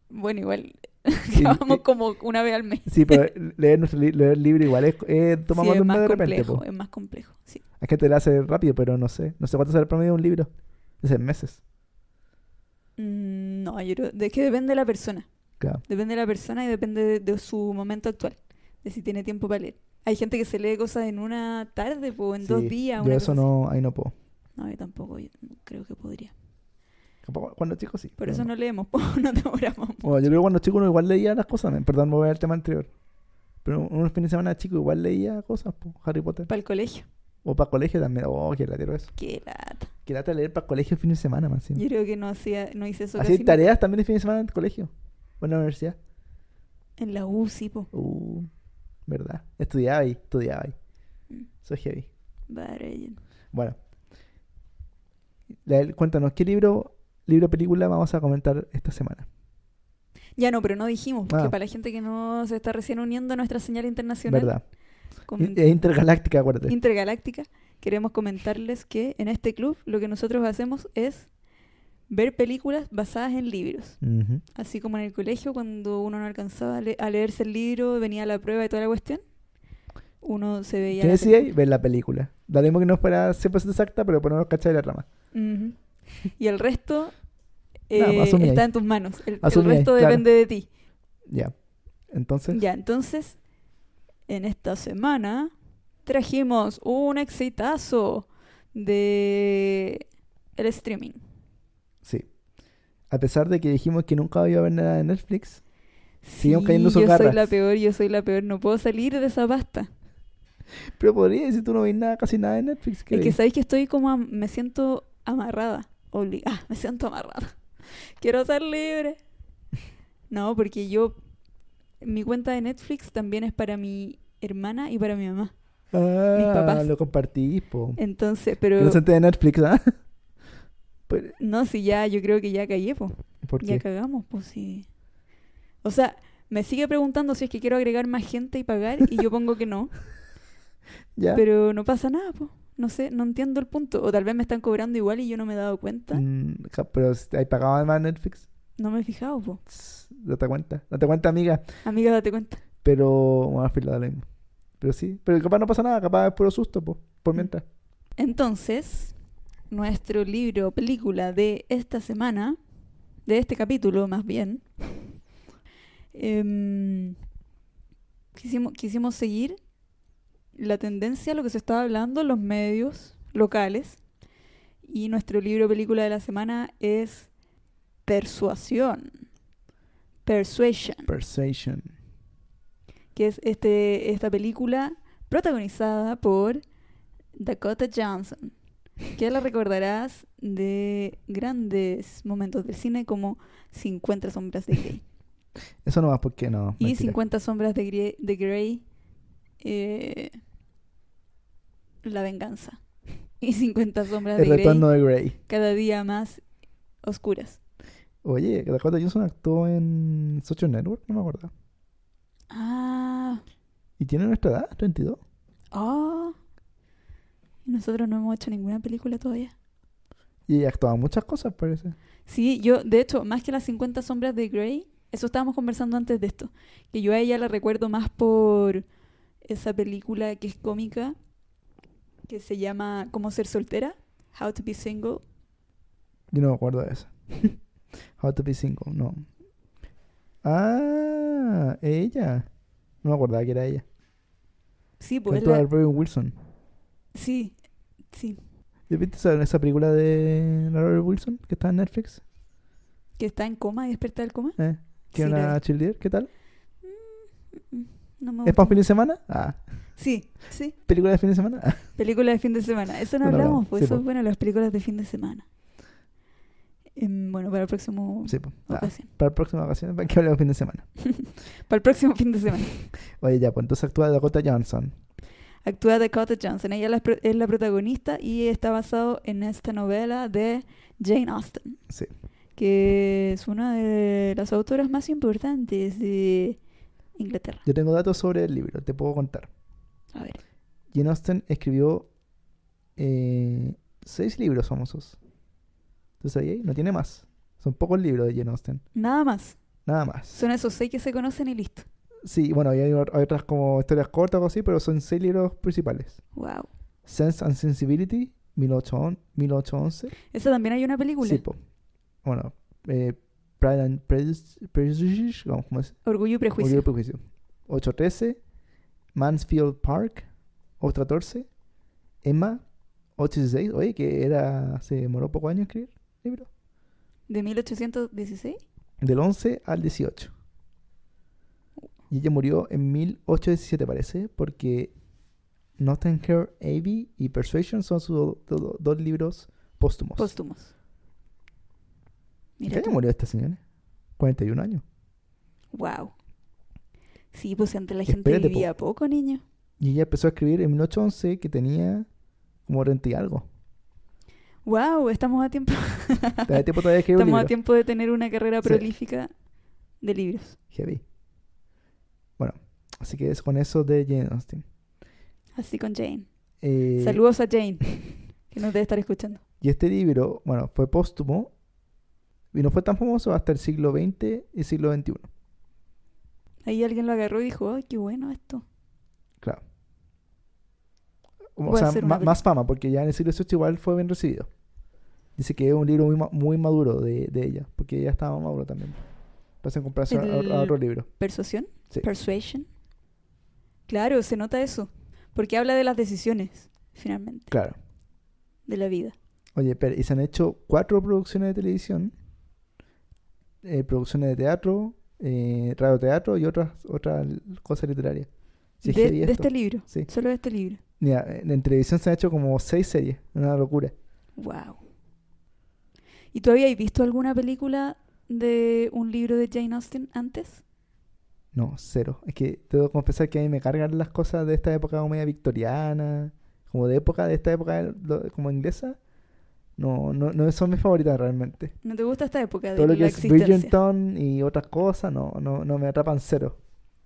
S3: Bueno, igual, [laughs]
S2: Sí,
S3: vamos
S2: eh,
S3: como una vez al mes.
S2: sí,
S3: [laughs]
S2: pero leer nuestro li- leer el libro igual es, eh, toma
S3: Sí,
S2: más de
S3: es
S2: un mes
S3: más
S2: de repente.
S3: complejo, eh.
S2: po.
S3: es más complejo. Sí.
S2: Hay gente que lo hace rápido, pero no sé. No sé cuánto será el promedio de un libro. Es en meses.
S3: Mm, No, yo creo, es que depende de la persona.
S2: Claro.
S3: Depende de la persona y depende de, de su momento actual, de si tiene tiempo para leer. Hay gente que se lee cosas en una tarde, po, en dos
S2: Sí,
S3: días.
S2: Yo
S3: una
S2: eso
S3: cosa así.
S2: no, ahí no puedo.
S3: No, yo tampoco, yo no creo que podría.
S2: Tampoco- Cuando chico sí.
S3: Por
S2: pero
S3: eso
S2: no.
S3: no leemos, po, [laughs] no demoramos.
S2: Bueno, yo creo que cuando chico uno igual leía las cosas. men. Perdón, me voy al tema anterior. Pero unos fines de semana chico igual leía cosas, po, Harry Potter.
S3: Para el colegio,
S2: O para colegio también. Oh, qué latero eso.
S3: qué lata.
S2: Qué lata leer para colegio el fin de semana, más. encima.
S3: Yo creo que no, hacía, no hice eso
S2: Así
S3: casi nunca.
S2: tareas también el fin de semana en el colegio. O en la universidad.
S3: En la UCI, po.
S2: Uh, verdad. Estudiaba ahí, estudiaba ahí.
S3: Mm.
S2: Soy heavy.
S3: Vale.
S2: Bueno. Lael, cuéntanos, ¿qué libro, libro o película vamos a comentar esta semana?
S3: Ya no, pero no dijimos, porque
S2: Ah.
S3: para la gente que no se está recién uniendo a nuestra señal internacional
S2: ¿Verdad?
S3: com-
S2: In- eh, Intergaláctica, acuérdate.
S3: intergaláctica, queremos comentarles que en este club lo que nosotros hacemos es Ver películas basadas en libros.
S2: Ujú.
S3: Así como en el colegio, cuando uno no alcanzaba a, le- a leerse el libro, venía la prueba y toda la cuestión. Uno se veía.
S2: ¿Qué
S3: la
S2: decía ahí?
S3: película.
S2: Ver la película. Da lo mismo que no fuera 100% exacta, pero ponernos cachas de la rama.
S3: Ujú. Y el resto
S2: [laughs] Nada, pues,
S3: eh,
S2: asumí ahí.
S3: está en tus manos. El, el
S2: Asumí ahí,
S3: resto
S2: claro.
S3: depende de ti.
S2: Ya. Entonces,
S3: Ya, entonces, en esta semana trajimos un exitazo de el streaming.
S2: sí. A pesar de que dijimos que nunca iba a ver nada de Netflix, Siguen
S3: Sí,
S2: cayendo sus
S3: yo
S2: garras.
S3: soy la peor, yo soy la peor, no puedo salir de esa pasta.
S2: pero podría decir tú no veis nada, casi nada de Netflix. ¿qué
S3: Es que
S2: veis?
S3: sabéis que estoy como, am- me siento amarrada, obligada, me siento amarrada. [laughs] Quiero ser libre. No, porque yo, mi cuenta de Netflix también es para mi hermana y para mi mamá.
S2: ah,
S3: papás.
S2: lo compartís, po.
S3: Entonces,
S2: Que
S3: pero...
S2: no se entere de Netflix, ¿ah? [laughs] Pero,
S3: No, si ya, yo creo que ya callé, po.
S2: ¿Por
S3: Ya
S2: qué?
S3: cagamos, pues sí. O sea, me sigue preguntando si es que quiero agregar más gente y pagar y yo pongo que no,
S2: [laughs] ¿Ya?
S3: pero no pasa nada, pues. No sé, no entiendo el punto. O tal vez me están cobrando igual y yo no me he dado cuenta.
S2: Mm, ja, pero si hay pagado más Netflix.
S3: No me he fijado, po.
S2: Tss, No te cuenta. No te cuenta, amiga.
S3: Amiga, date cuenta.
S2: Pero, bueno, al final da lo mismo. Pero sí. Pero capaz no pasa nada. Capaz es puro susto, po. Por
S3: Mm.
S2: mientras.
S3: Entonces, nuestro libro o película de esta semana, de este capítulo más bien, em, quisimos, quisimos seguir la tendencia a lo que se estaba hablando en los medios locales. Y nuestro libro o película de la semana es Persuasión. Persuasion
S2: Persuasion.
S3: que es este, esta película protagonizada por Dakota Johnson, que la recordarás de grandes momentos del cine como 50 sombras de Grey.
S2: Eso no va porque no. [laughs]
S3: y
S2: mentira.
S3: 50 sombras de Grey, de Grey, eh, La venganza. [laughs] Y 50 sombras de
S2: El
S3: Grey,
S2: retorno de Grey.
S3: cada día más oscuras.
S2: Oye, Dakota Johnson actuó en Social Network, no me acuerdo.
S3: Ah,
S2: ¿Y tiene nuestra edad? ¿32?
S3: oh. Y nosotros no hemos hecho ninguna película todavía.
S2: Y ella actuaba en muchas cosas, parece.
S3: Sí, yo, de hecho, más que las 50 sombras de Grey, eso estábamos conversando antes de esto, que yo a ella la recuerdo más por esa película que es cómica, que se llama Cómo ser soltera, How to be single.
S2: Yo no me acuerdo de
S3: [laughs]
S2: eso. How to be single, no. Ah, ella. No me acordaba que era ella.
S3: Sí,
S2: Que
S3: pues
S2: actuaba
S3: la-
S2: el Robin Wilson.
S3: sí, sí,
S2: ¿Ya viste esa, esa película de la Robert Wilson que está en Netflix?
S3: que está en coma y despierta del coma.
S2: Eh, que
S3: Sí,
S2: es
S3: la
S2: una
S3: vi.
S2: cheerleader, ¿qué tal?
S3: No me
S2: ¿Es para un
S3: gusta.
S2: fin de semana? Ah,
S3: Sí, sí,
S2: ¿película de fin de semana? Ah,
S3: película de fin de semana. Eso no
S2: No lo hablamos,
S3: hablamos, pues
S2: sí,
S3: eso
S2: po.
S3: es bueno, las películas de fin de semana. Em, bueno, para el próximo
S2: sí, pues. Ah,
S3: ocasión.
S2: para la próxima ocasión, ¿para qué hablamos fin de semana?
S3: Para el próximo fin de semana.
S2: Oye, ya, pues entonces actúa Dakota Johnson.
S3: Actúa Dakota Johnson. Ella la- es la protagonista y está basado en esta novela de Jane Austen,
S2: Sí.
S3: que es una de las autoras más importantes de Inglaterra.
S2: Yo tengo datos sobre el libro, te puedo contar.
S3: A ver.
S2: Jane Austen escribió eh, seis libros famosos. ¿Tú sabías? No tiene más. Son pocos libros de Jane Austen.
S3: Nada más.
S2: Nada más.
S3: Son esos seis que se conocen y listo.
S2: Sí, bueno, y hay, or- hay otras como historias cortas o así, pero son seis libros principales.
S3: Wow.
S2: Sense and Sensibility, 1811. 1811.
S3: Esa también hay una película.
S2: Sí, po. Bueno, eh, Pride and Prejudice, Prejudice, ¿cómo cómo es?
S3: Orgullo y
S2: Orgullo
S3: prejuicio.
S2: y Prejuicio. 813, Mansfield Park, 814, Emma, 816. Oye, que era. Se demoró poco años escribir el libro.
S3: De 1816.
S2: Del 11 al 18. Y ella murió en 1817, parece, porque Nottingham Abbey y Persuasion son sus do- do- dos libros póstumos.
S3: Póstumos.
S2: ¿En
S3: Mira
S2: ¿Qué año
S3: tú.
S2: murió esta señora? 41 años.
S3: Wow. Sí, pues antes la
S2: Que
S3: gente
S2: espérate, po.
S3: vivía poco, niño.
S2: Y ella empezó a escribir en 1811, que tenía como 30 y algo.
S3: Wow, estamos a tiempo.
S2: Te da tiempo todavía de escribir un
S3: Estamos a
S2: libro.
S3: tiempo de tener una carrera
S2: Sí.
S3: prolífica de libros.
S2: Heavy. Bueno, así que es con eso de Jane Austen.
S3: Así con Jane.
S2: Eh, [laughs]
S3: Saludos a Jane, que nos debe estar escuchando.
S2: Y este libro, bueno, fue póstumo Y no fue tan famoso hasta el siglo XX y siglo XXI.
S3: Ahí alguien lo agarró y dijo, ay, qué bueno esto.
S2: Claro. O
S3: Voy a
S2: sea,
S3: hacer
S2: ma-
S3: una
S2: más fama, porque ya en el siglo XVIII igual fue bien recibido. Dice que es un libro muy, ma- muy maduro de, de ella, porque ella estaba maduro también. Pasa en comparación a- a,
S3: El-
S2: otro libro.
S3: ¿Persuasión?
S2: Sí.
S3: ¿Persuasion? Claro, se nota eso. Porque habla de las decisiones, finalmente,
S2: Claro.
S3: de la vida.
S2: Oye, pero y se han hecho cuatro producciones de televisión, eh, producciones de teatro, eh, radioteatro y otras otras l- cosas literarias. Sí, es
S3: de,
S2: heavy
S3: de
S2: esto.
S3: este libro.
S2: Sí.
S3: Solo de este libro.
S2: Mira, en en televisión se han hecho como seis series, una locura.
S3: Wow. ¿Y tú habías visto alguna película de un libro de Jane Austen antes?
S2: No, cero. Es que te debo confesar que a mí me cargan las cosas de esta época como media victoriana, como de época, de esta época lo- como inglesa. No, no, no son mis favoritas realmente.
S3: ¿No te gusta esta época de
S2: Todo lo
S3: la
S2: que es
S3: existencia?
S2: Bridgerton y otras cosas, no, no, no me atrapan cero.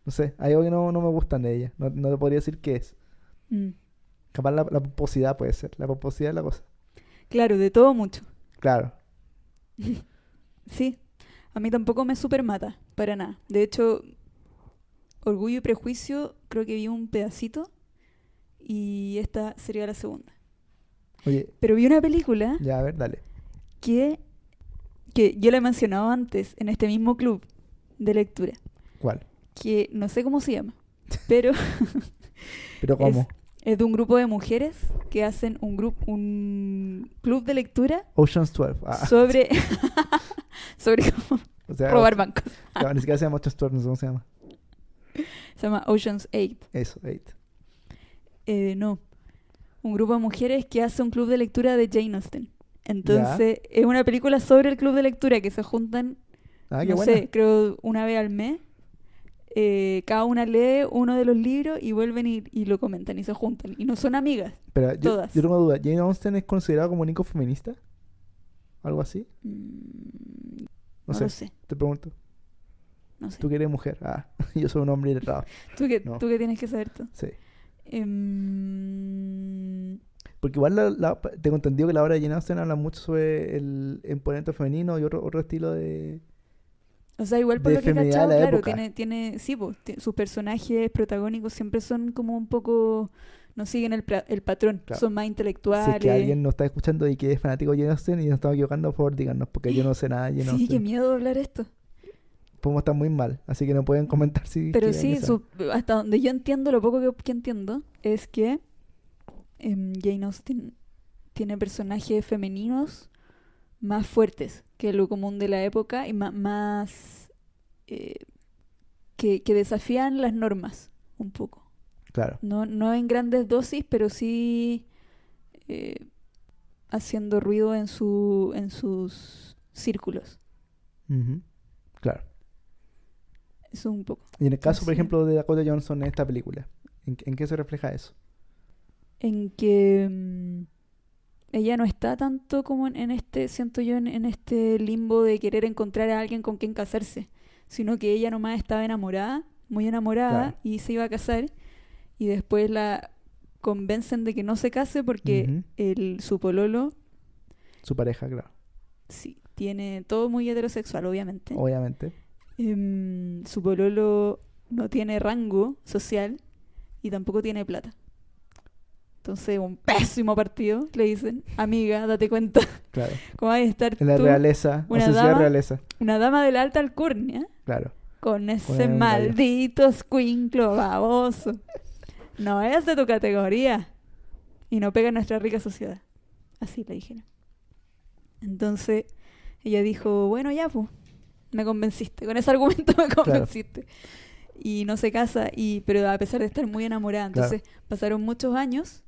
S2: No sé, hay algo que no, no me gustan de ella. No, no te podría decir qué es.
S3: Mm.
S2: Capaz la, la pomposidad puede ser. La pomposidad es la cosa.
S3: Claro, de todo mucho.
S2: Claro.
S3: Sí, a mí tampoco me supermata, para nada. De hecho, Orgullo y Prejuicio creo que vi un pedacito y esta sería la segunda.
S2: Oye,
S3: Pero vi una película
S2: ya, a ver, dale.
S3: que, que yo la he mencionado antes en este mismo club de lectura,
S2: ¿Cuál?
S3: que no sé cómo se llama, pero
S2: Pero
S3: es,
S2: ¿cómo?
S3: es de un grupo de mujeres que hacen un, grupo un club de lectura
S2: Ocean's 12. Ah,
S3: sobre, [laughs] sobre cómo
S2: [laughs] o sea,
S3: robar bancos.
S2: claro, ni siquiera se llama Ocean's 12, no sé cómo se llama.
S3: Se llama Ocean's Eight.
S2: Eso, eight.
S3: Eh, no. Un grupo de mujeres que hace un club de lectura de Jane Austen. Entonces, es una película sobre el club de lectura que se juntan,
S2: Ah, qué
S3: no
S2: buena.
S3: sé, creo una vez al mes. Eh, cada una lee uno de los libros y vuelven y, y lo comentan y se juntan. Y no son amigas.
S2: Pero yo,
S3: Todas.
S2: yo tengo duda, ¿Jane Austen es considerada como un feminista? ¿Algo así?
S3: Mm,
S2: No,
S3: no
S2: sé,
S3: lo sé.
S2: te pregunto.
S3: No sé.
S2: Tú que eres mujer. Ah, [laughs] yo soy un hombre letrado.
S3: ¿Tú, qué,
S2: no.
S3: tú qué tienes que saber tú?
S2: Sí.
S3: Em,
S2: Porque igual la, la- tengo entendido que la obra de Jane Austen habla mucho sobre el imponente femenino y otro, otro estilo de...
S3: O sea, igual por
S2: de
S3: lo que he
S2: feminidad de
S3: cachado,
S2: la
S3: claro,
S2: época.
S3: tiene, tiene, sí, po, ti- sus personajes protagónicos siempre son como un poco, no siguen el, pra- el patrón,
S2: Claro.
S3: son más
S2: Si
S3: intelectuales.
S2: es que alguien nos está escuchando y que es fanático de Jane Austen y nos estamos equivocando, por favor, díganos, porque yo no sé nada de Jane
S3: [gasps] sí, qué
S2: Austen.
S3: miedo hablar esto.
S2: Podemos estar muy mal, así que no pueden comentar si...
S3: Mm. Pero
S2: que
S3: sí,
S2: alguien
S3: su- hasta donde yo entiendo, lo poco que, que entiendo, es que em, Jane Austen tiene personajes femeninos más fuertes que lo común de la época y ma- más... eh, que, que desafían las normas un poco.
S2: sabe. Claro.
S3: No, no en grandes dosis, pero sí eh, haciendo ruido en, su, en sus círculos.
S2: Ujú. Claro.
S3: Eso un poco.
S2: Y en el caso, por
S3: Entonces-
S2: ejemplo, de Dakota Johnson en esta película, ¿en, en qué se refleja eso?
S3: En que mm, ella no está tanto como en, en este, siento yo, en, en este limbo de querer encontrar a alguien con quien casarse, sino que ella nomás estaba enamorada, muy enamorada,
S2: Claro.
S3: y se iba a casar, y después la convencen de que no se case porque
S2: Ujú.
S3: el, su pololo
S2: Su pareja, claro.
S3: Sí, tiene todo muy heterosexual, obviamente.
S2: Obviamente.
S3: Em, su pololo no tiene rango social y tampoco tiene plata. Entonces, un pésimo partido, le dicen. Amiga, date cuenta [laughs]
S2: Claro.
S3: cómo vas a estar
S2: En la
S3: tú,
S2: realeza, o
S3: una
S2: sea, sí, la
S3: dama.
S2: realeza,
S3: una dama de la alta alcurnia,
S2: claro.
S3: con ese
S2: gallo.
S3: maldito escuinclo baboso. No es de tu categoría. Y no pega en nuestra rica sociedad. Así le dijeron. Entonces, ella dijo, bueno, ya, pues, me convenciste. Con ese argumento me convenciste. Y no se casa, y, pero a pesar de estar muy enamorada.
S2: Claro.
S3: Entonces, pasaron muchos años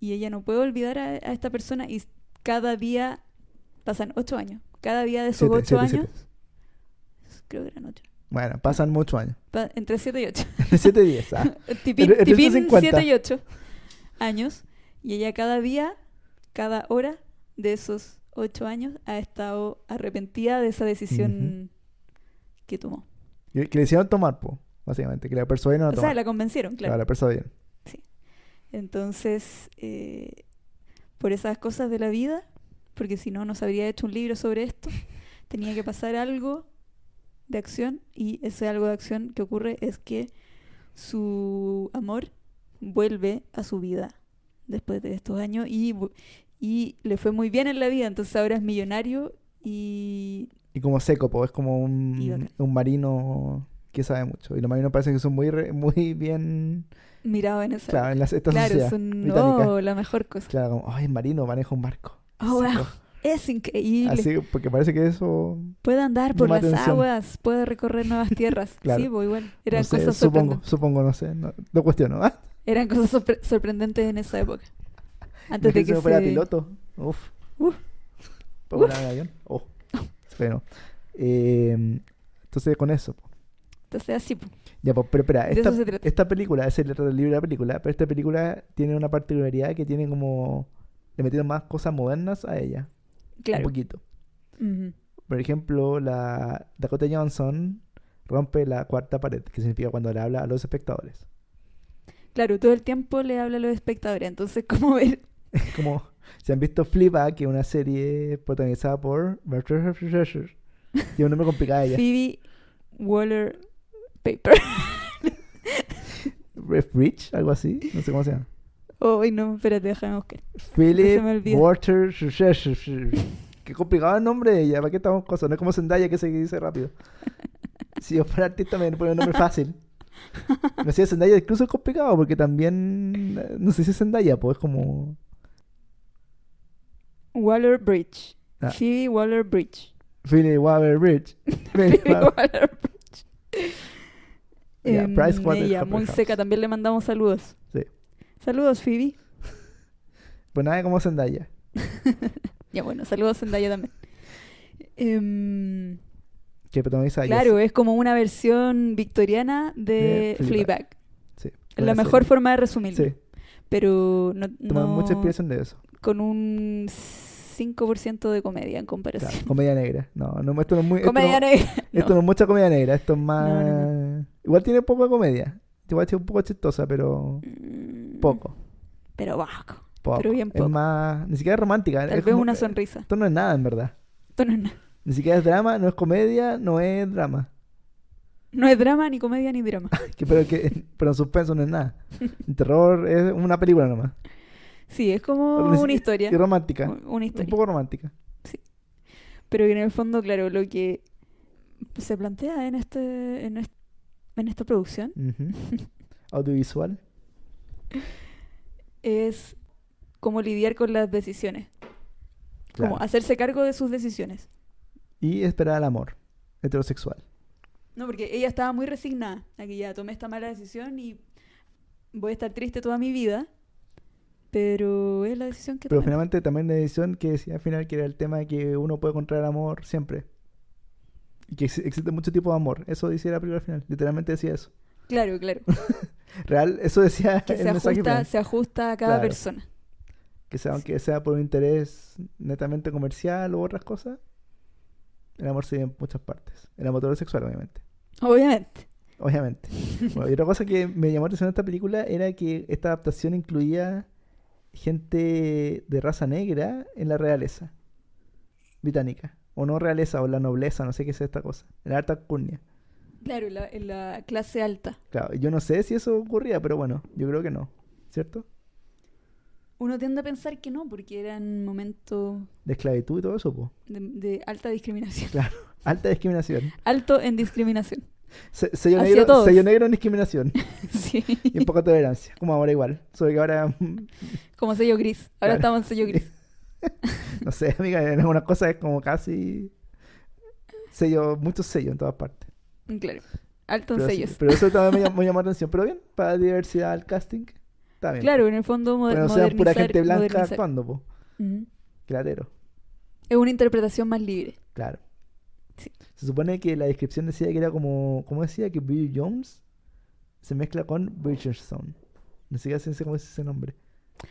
S3: y ella no puede olvidar a, a esta persona y cada día, pasan ocho años. Cada día de esos
S2: Siete,
S3: ocho
S2: siete,
S3: años, creo que eran ocho.
S2: Bueno, pasan muchos años. [laughs]
S3: Pa- entre 7 y 8.
S2: De 7 a 10. Ah,
S3: [laughs] tipín,
S2: Entre- entre 50.
S3: 7 y 8 años. Y ella cada día, cada hora de esos 8 años ha estado arrepentida de esa decisión que tomó.
S2: Y que le hicieron tomar, po, básicamente. Que la persuadieron a
S3: o sea,
S2: tomar.
S3: la convencieron,
S2: Claro,
S3: claro.
S2: la persuadieron.
S3: Entonces, eh, por esas cosas de la vida, porque si no, nos habría hecho un libro sobre esto. [laughs] tenía que pasar algo de acción y ese algo de acción que ocurre es que su amor vuelve a su vida después de estos años y, vu- y le fue muy bien en la vida, entonces ahora es millonario y
S2: Y como seco, po, es como
S3: Y bacán.
S2: un, un marino que sabe mucho. Y los marinos parece que son muy re- muy bien.
S3: mirado en esa...
S2: Claro, en la, esta
S3: claro
S2: sociedad
S3: son
S2: británica.
S3: oh, la mejor cosa.
S2: Claro, como, ay, marino, maneja un barco.
S3: Oh, wow,
S2: Seco.
S3: Es increíble.
S2: Así, porque parece que eso.
S3: Puede andar por
S2: Llama
S3: las
S2: atención.
S3: aguas, puede recorrer nuevas tierras.
S2: [laughs] Claro.
S3: Sí, pues igual.
S2: No
S3: Eran
S2: sé,
S3: cosas
S2: supongo,
S3: sorprendentes.
S2: supongo, no sé. No, no cuestiono. ¿ah?
S3: Eran cosas sorpre- sorprendentes en esa época.
S2: Imagínate
S3: Antes de
S2: si
S3: que
S2: no fuera
S3: se...
S2: piloto. Uf.
S3: Uf.
S2: Puedo volar en avión. Oh. Bueno. Eh, entonces, con eso. po.
S3: Entonces así, pues.
S2: Ya, po, pero espera,
S3: De
S2: esta,
S3: eso se trata.
S2: esta película, es el libro de la película, pero esta película tiene una particularidad que tiene como. Le metieron más cosas modernas a ella. Un
S3: Claro.
S2: poquito.
S3: Ujú.
S2: Por ejemplo, la Dakota Johnson rompe la cuarta pared, que significa cuando le habla a los espectadores. [laughs]
S3: Claro, todo el tiempo le habla a los espectadores. Entonces, [laughs] como ver?
S2: Es como, si han visto Flipa, que es una serie protagonizada por Bertrand Fraser. Tiene un nombre complicado ella.
S3: Phoebe Waller Paper. [laughs]
S2: Ref Rich, algo así, no sé cómo se llama.
S3: Oh, no, espérate, déjame buscar.
S2: Philip
S3: me olvida.
S2: Walter [laughs] Qué complicado el nombre de ella, ¿para qué estamos con cosas? No es como Zendaya que se dice
S3: [laughs]
S2: rápido. Si yo fuera artista me poner un nombre fácil. No sé, Zendaya incluso es complicado porque también, eh, no sé si es Zendaya, pues es como...
S3: Waller Bridge.
S2: Ah.
S3: Phoebe
S2: [laughs]
S3: Waller Bridge. [laughs]
S2: Philip Waller Rich. [laughs] Philip
S3: Phoebe
S2: Wa-
S3: Waller Bridge.
S2: Ya,
S3: Em,
S2: Price Waterhouse.
S3: ella, muy seca, también le mandamos saludos.
S2: Sí.
S3: Saludos, Phoebe.
S2: Pues nada como Zendaya.
S3: Ya bueno, saludos Zendaya también. Em,
S2: Que protagoniza a
S3: claro, es como una versión victoriana de,
S2: De Fleabag.
S3: Fleabag.
S2: Jess. Sí,
S3: La
S2: buena
S3: mejor
S2: serie.
S3: forma de resumirlo.
S2: Sí,
S3: Pero no,
S2: toman
S3: no-
S2: mucha inspiración de eso.
S3: con un 5% de comedia en comparación.
S2: Claro, comedia negra. No, no, esto no es muy... esto no-
S3: Comedia negra. [laughs] no.
S2: Esto no es mucha comedia negra, esto es más.
S3: no, no.
S2: Igual tiene poco de comedia. Igual es un poco chistosa, pero
S3: Mm,
S2: poco.
S3: Pero bajo.
S2: poco.
S3: Pero bien poco.
S2: Es más. Ni siquiera es romántica.
S3: Tal
S2: es
S3: vez
S2: como-
S3: una sonrisa.
S2: Esto no es nada, en verdad.
S3: Esto no es, nada.
S2: Ni siquiera es drama, no es comedia, no es drama.
S3: No es drama, ni comedia, ni
S2: [laughs]
S3: drama.
S2: Que, pero, que, pero en suspenso no es nada. El terror es una película nomás.
S3: Sí, es como
S2: Ni si-
S3: una historia.
S2: Y romántica.
S3: Un- Una
S2: Un
S3: historia.
S2: poco romántica.
S3: Pero que en el fondo, claro, lo que se plantea en este, en est- en esta producción [laughs]
S2: Ujú. Audiovisual.
S3: es cómo lidiar con las decisiones,
S2: Claro.
S3: como hacerse cargo de sus decisiones.
S2: Y esperar al amor. Heterosexual.
S3: No, porque ella estaba muy resignada a que ya tomé esta mala decisión y voy a estar triste toda mi vida, pero es la decisión que
S2: Pero
S3: tomé.
S2: finalmente también la edición que decía al final que era el tema de que uno puede encontrar amor siempre. Y que ex- existe mucho tipo de amor. Eso decía la película al final. Literalmente decía eso.
S3: Claro,
S2: [laughs]
S3: claro.
S2: Real, eso decía
S3: Que
S2: el
S3: se
S2: mensaje
S3: ajusta,
S2: final.
S3: se ajusta a cada
S2: Claro.
S3: persona.
S2: Que sea, aunque sea por un interés netamente comercial u otras cosas, el amor se ve en muchas partes. El amor sexual, obviamente.
S3: Obviamente. [laughs]
S2: Obviamente. Bueno, y otra cosa que me llamó la atención de esta película era que esta adaptación incluía gente de raza negra en la realeza británica. O no realeza, o la nobleza, no sé qué es esta cosa. La alta alcurnia.
S3: Claro, en la, en la clase alta.
S2: Claro, yo no sé si eso ocurría, pero bueno, yo creo que no. ¿Cierto?
S3: Uno tiende a pensar que no, porque eran momentos
S2: De esclavitud y todo eso, po.
S3: de, de alta discriminación.
S2: Claro. [laughs] Alta discriminación.
S3: Alto en discriminación. [laughs]
S2: Se- sello,
S3: Hacia
S2: negro,
S3: todos.
S2: sello negro en discriminación.
S3: Sí.
S2: [laughs] Y un poco de tolerancia. Como ahora igual. Solo que ahora mm,
S3: Como sello gris. Ahora
S2: Claro.
S3: estamos en sello gris.
S2: [laughs] No sé, amiga, en algunas cosas es como casi sello, muchos sellos en todas partes.
S3: Mm, Claro. Alto en
S2: Pero, sí,
S3: sellos.
S2: pero eso también
S3: [laughs]
S2: me llamó, me llamó la atención. Pero bien, para diversidad al casting, está bien.
S3: claro, en el fondo
S2: Para
S3: moder
S2: que no sea
S3: modernizar.
S2: pura gente blanca
S3: modernizar.
S2: actuando, po.
S3: Ujú.
S2: Claro,
S3: Es una interpretación más libre.
S2: claro.
S3: Sí.
S2: Se supone que la descripción decía que era como, ¿cómo decía? Que Bill Jones se mezcla con Richardson. No sé qué sé cómo es ese nombre.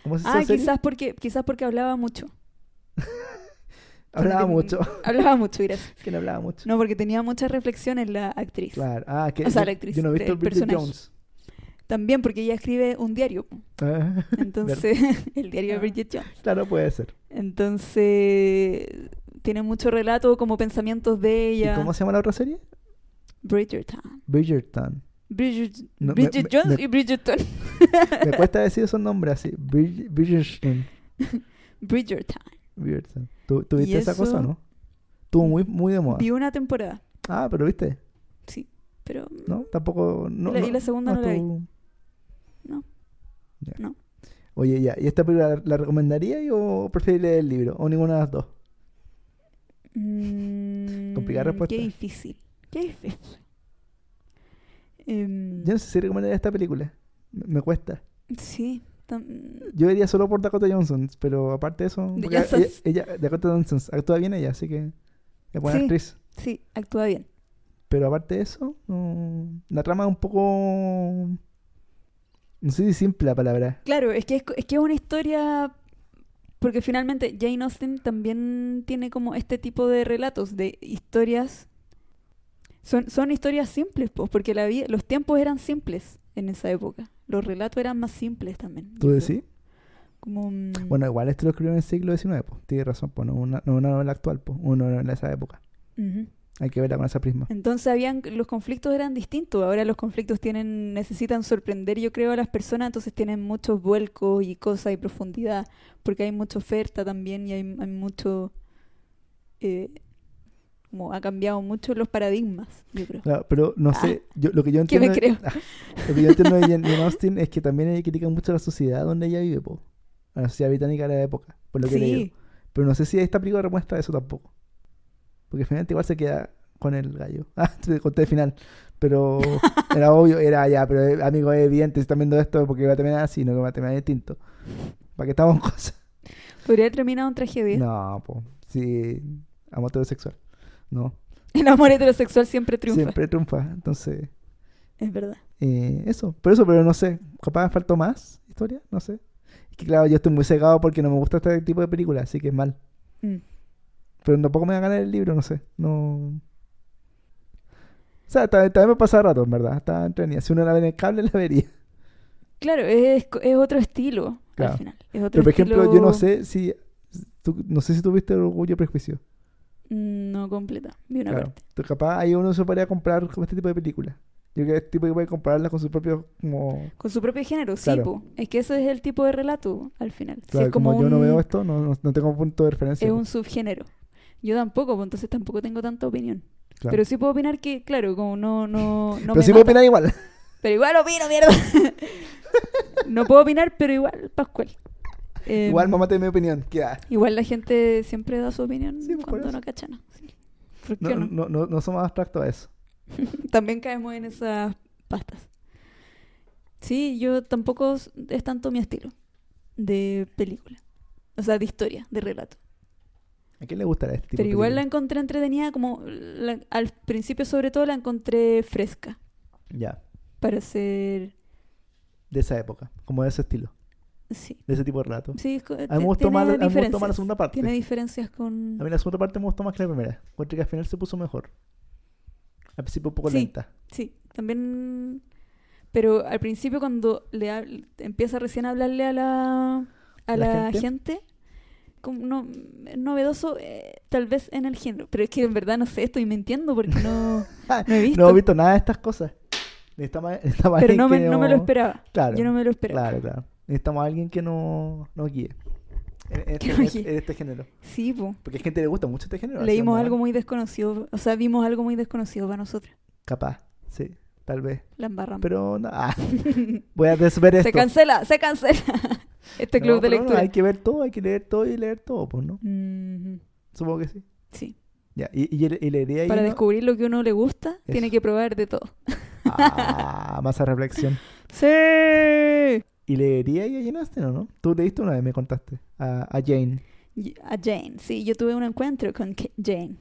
S2: ¿Cómo se
S3: Ah, quizás porque, quizás porque hablaba mucho.
S2: Hablaba
S3: porque-
S2: mucho.
S3: [laughs] Hablaba mucho, gracias.
S2: [laughs] que no hablaba mucho.
S3: No, porque tenía muchas reflexiones la actriz.
S2: Claro. Ah, que
S3: O sea,
S2: yo-
S3: la actriz,
S2: yo no he visto
S3: el
S2: Bridget
S3: personaje.
S2: Jones.
S3: También porque ella escribe un diario.
S2: [laughs] Ah,
S3: [laughs] Entonces, el diario de Bridget Jones.
S2: claro, puede ser.
S3: Entonces, tiene mucho relato, como pensamientos de
S2: ¿Y
S3: ella.
S2: cómo se llama la otra serie?
S3: Bridgerton.
S2: Bridgerton.
S3: Bridget,
S2: No, me-
S3: Bridget
S2: me-
S3: Jones
S2: me-
S3: y Bridgerton.
S2: Me
S3: [laughs]
S2: cuesta decir esos nombres así. Brid- Bridgerton.
S3: Bridgerton.
S2: Ah. Bridgerton. ¿Tú, tú viste
S3: ¿Y
S2: esa cosa,
S3: eso?
S2: no? Estuvo muy, muy de moda.
S3: Vi una temporada,
S2: Ah, pero viste.
S3: pero
S2: No, tampoco. No,
S3: Y la-
S2: no-
S3: y la segunda no la vi.
S2: estuvo-
S3: No.
S2: Ya.
S3: No.
S2: Oye, ya. ¿Y esta película la, la recomendarías o prefieres leer el libro? ¿O ninguna de las dos?
S3: Mm,
S2: Complicada respuesta.
S3: Qué difícil. Qué difícil. Em,
S2: Yo no sé si recomendaría esta película. Me, me cuesta.
S3: sí. tam-
S2: Yo iría solo por Dakota Johnson, pero aparte de eso.
S3: De
S2: porque ella,
S3: Johnsons.
S2: ella- Dakota Johnson actúa bien ella, así que es buena
S3: Sí.
S2: actriz.
S3: sí, actúa bien.
S2: Pero aparte de eso, no- la trama es un poco. No sé si simple la palabra.
S3: Claro, es que es, co- es que es una historia. Porque finalmente Jane Austen también tiene como este tipo de relatos, de historias. Son, son historias simples, pues, porque la vida, los tiempos eran simples en esa época. Los relatos eran más simples también. yo
S2: ¿Tú
S3: creo.
S2: decís?
S3: Como, mm,
S2: Bueno, igual esto lo escribió en el siglo XIX, pues. Tienes razón, pues. No es una, no es una novela actual, pues. Una novela de esa época.
S3: ujú.
S2: Hay que verla con esa prisma.
S3: Entonces habían los conflictos eran distintos. Ahora los conflictos tienen necesitan sorprender, yo creo, a las personas. Entonces tienen muchos vuelcos y cosas y profundidad, porque hay mucha oferta también y hay, hay mucho eh, como ha cambiado mucho los paradigmas, yo creo.
S2: Claro, pero no sé, yo, lo que yo
S3: Ah, ¿qué me
S2: entiendo.
S3: creo?
S2: Ah, [laughs] lo que yo entiendo de Jane Jane Austen es que también ella critica mucho la sociedad donde ella vive, po. A La sociedad británica de la época, por lo que he leído.
S3: Sí,
S2: Pero no sé si esta película demuestra eso tampoco. Porque finalmente igual se queda con el gallo. [laughs] Ah, te conté el final. Pero era obvio, era ya, pero eh, amigo, es evidente, si están viendo esto porque va a terminar así, no que va a terminar distinto. ¿Para qué estamos en cosas?
S3: podría haber terminado en tragedia.
S2: No, po. Sí, amo heterosexual. No,
S3: [laughs] El amor heterosexual siempre triunfa,
S2: siempre triunfa. Entonces.
S3: es verdad.
S2: Eh, eso, por eso, pero no sé, capaz faltó más historia, no sé. Es que claro, yo estoy muy cegado porque no me gusta este tipo de películas, así que es mal.
S3: Mm.
S2: Pero tampoco me va a ganar el libro, no sé, no... O sea, ta- también me pasa rato, en verdad, está entretenida. Si uno la ve en el cable, [laughs] la vería.
S3: Claro, es, es otro estilo
S2: Claro.
S3: al final. Es otro
S2: Pero, por ejemplo, yo no
S3: estilo-
S2: sé si... tú- no sé si tuviste Orgullo y Prejuicio.
S3: No completa, vi una
S2: Claro.
S3: parte.
S2: Tú capaz ahí uno se podría comprar con este tipo de películas. Yo creo que este tipo puede compararlas con su propio... Como,
S3: Con su propio género, sí,
S2: Claro.
S3: po. Es que ese es el tipo de relato al final. Sí,
S2: claro,
S3: es
S2: como, yo no
S3: un-
S2: veo esto, no, no- no tengo punto de referencia.
S3: Es un subgénero. Yo tampoco, po, entonces tampoco tengo tanta opinión.
S2: Claro.
S3: Pero sí puedo opinar que, claro, como no.
S2: [laughs]
S3: no, no
S2: pero
S3: me
S2: sí puedo
S3: mata.
S2: opinar igual.
S3: Pero igual opino, mierda. [laughs] no puedo opinar, pero igual, Pascual. Eh,
S2: Igual mamá tiene mi opinión. ¿Qué da?
S3: igual la gente siempre da su opinión
S2: Sí, pues, por
S3: cuando
S2: eso.
S3: no cacha nada. Sí. ¿Por
S2: No,
S3: qué no?
S2: no, no, no somos abstractos a eso.
S3: También caemos en esas pastas. Sí, yo tampoco s- es tanto mi estilo de película. O sea, de historia, de relato.
S2: ¿A quién le gustará este tipo
S3: Pero
S2: de
S3: igual la
S2: película?
S3: encontré entretenida, como la- al principio sobre todo la encontré fresca
S2: Ya,
S3: para ser...
S2: de esa época, como de ese estilo,
S3: Sí.
S2: de ese tipo de relato.
S3: Sí, es co- ti-
S2: A mí me gustó
S3: tiene
S2: más, la- a mí me gustó más la
S3: diferencias.
S2: segunda parte.
S3: Tiene diferencias con...
S2: A mí la segunda parte me gustó más que la primera. Encuentro que al final se puso mejor. Al principio un poco
S3: Sí.
S2: lenta.
S3: Sí, también... Pero al principio cuando le hab- empieza recién a hablarle a la,
S2: ¿La
S3: a la
S2: gente?
S3: gente, como no, es novedoso eh, tal vez en el género. Pero es que en verdad no sé, estoy mintiendo porque
S2: [laughs]
S3: no, no he visto.
S2: Ah, No he visto nada de estas cosas. Necesitamos, necesitamos
S3: pero
S2: alguien
S3: no me,
S2: que
S3: no me lo esperaba.
S2: Claro,
S3: Yo no me lo esperaba.
S2: claro, claro. Necesitamos a alguien que no, no guíe. En, en
S3: Que
S2: este,
S3: no
S2: en-
S3: guíe.
S2: en este género.
S3: Sí, po.
S2: Porque hay gente que le gusta mucho este género. así
S3: leímos
S2: onda,
S3: algo muy desconocido. O sea, vimos algo muy desconocido para nosotros.
S2: Capaz, sí, tal vez.
S3: La embarramos.
S2: Pero no,
S3: [laughs]
S2: ah, voy a desver esto.
S3: se cancela, se cancela [laughs] este
S2: No,
S3: club de
S2: pero no,
S3: lectura.
S2: hay que ver todo, hay que leer todo y leer todo, pues, ¿no?
S3: Mhm,
S2: Supongo que sí.
S3: sí.
S2: Ya, y, y, y leería ahí,
S3: Para
S2: ¿no?
S3: descubrir lo que uno le gusta, tiene
S2: Eso.
S3: que probar de todo.
S2: Ah, más a reflexión.
S3: ¡Sí!
S2: ¿Y leería y a Jane Austen o no? Tú leíste una vez, me contaste. A, a Jane.
S3: Y- A Jane, sí, yo tuve un encuentro con Ke- Jane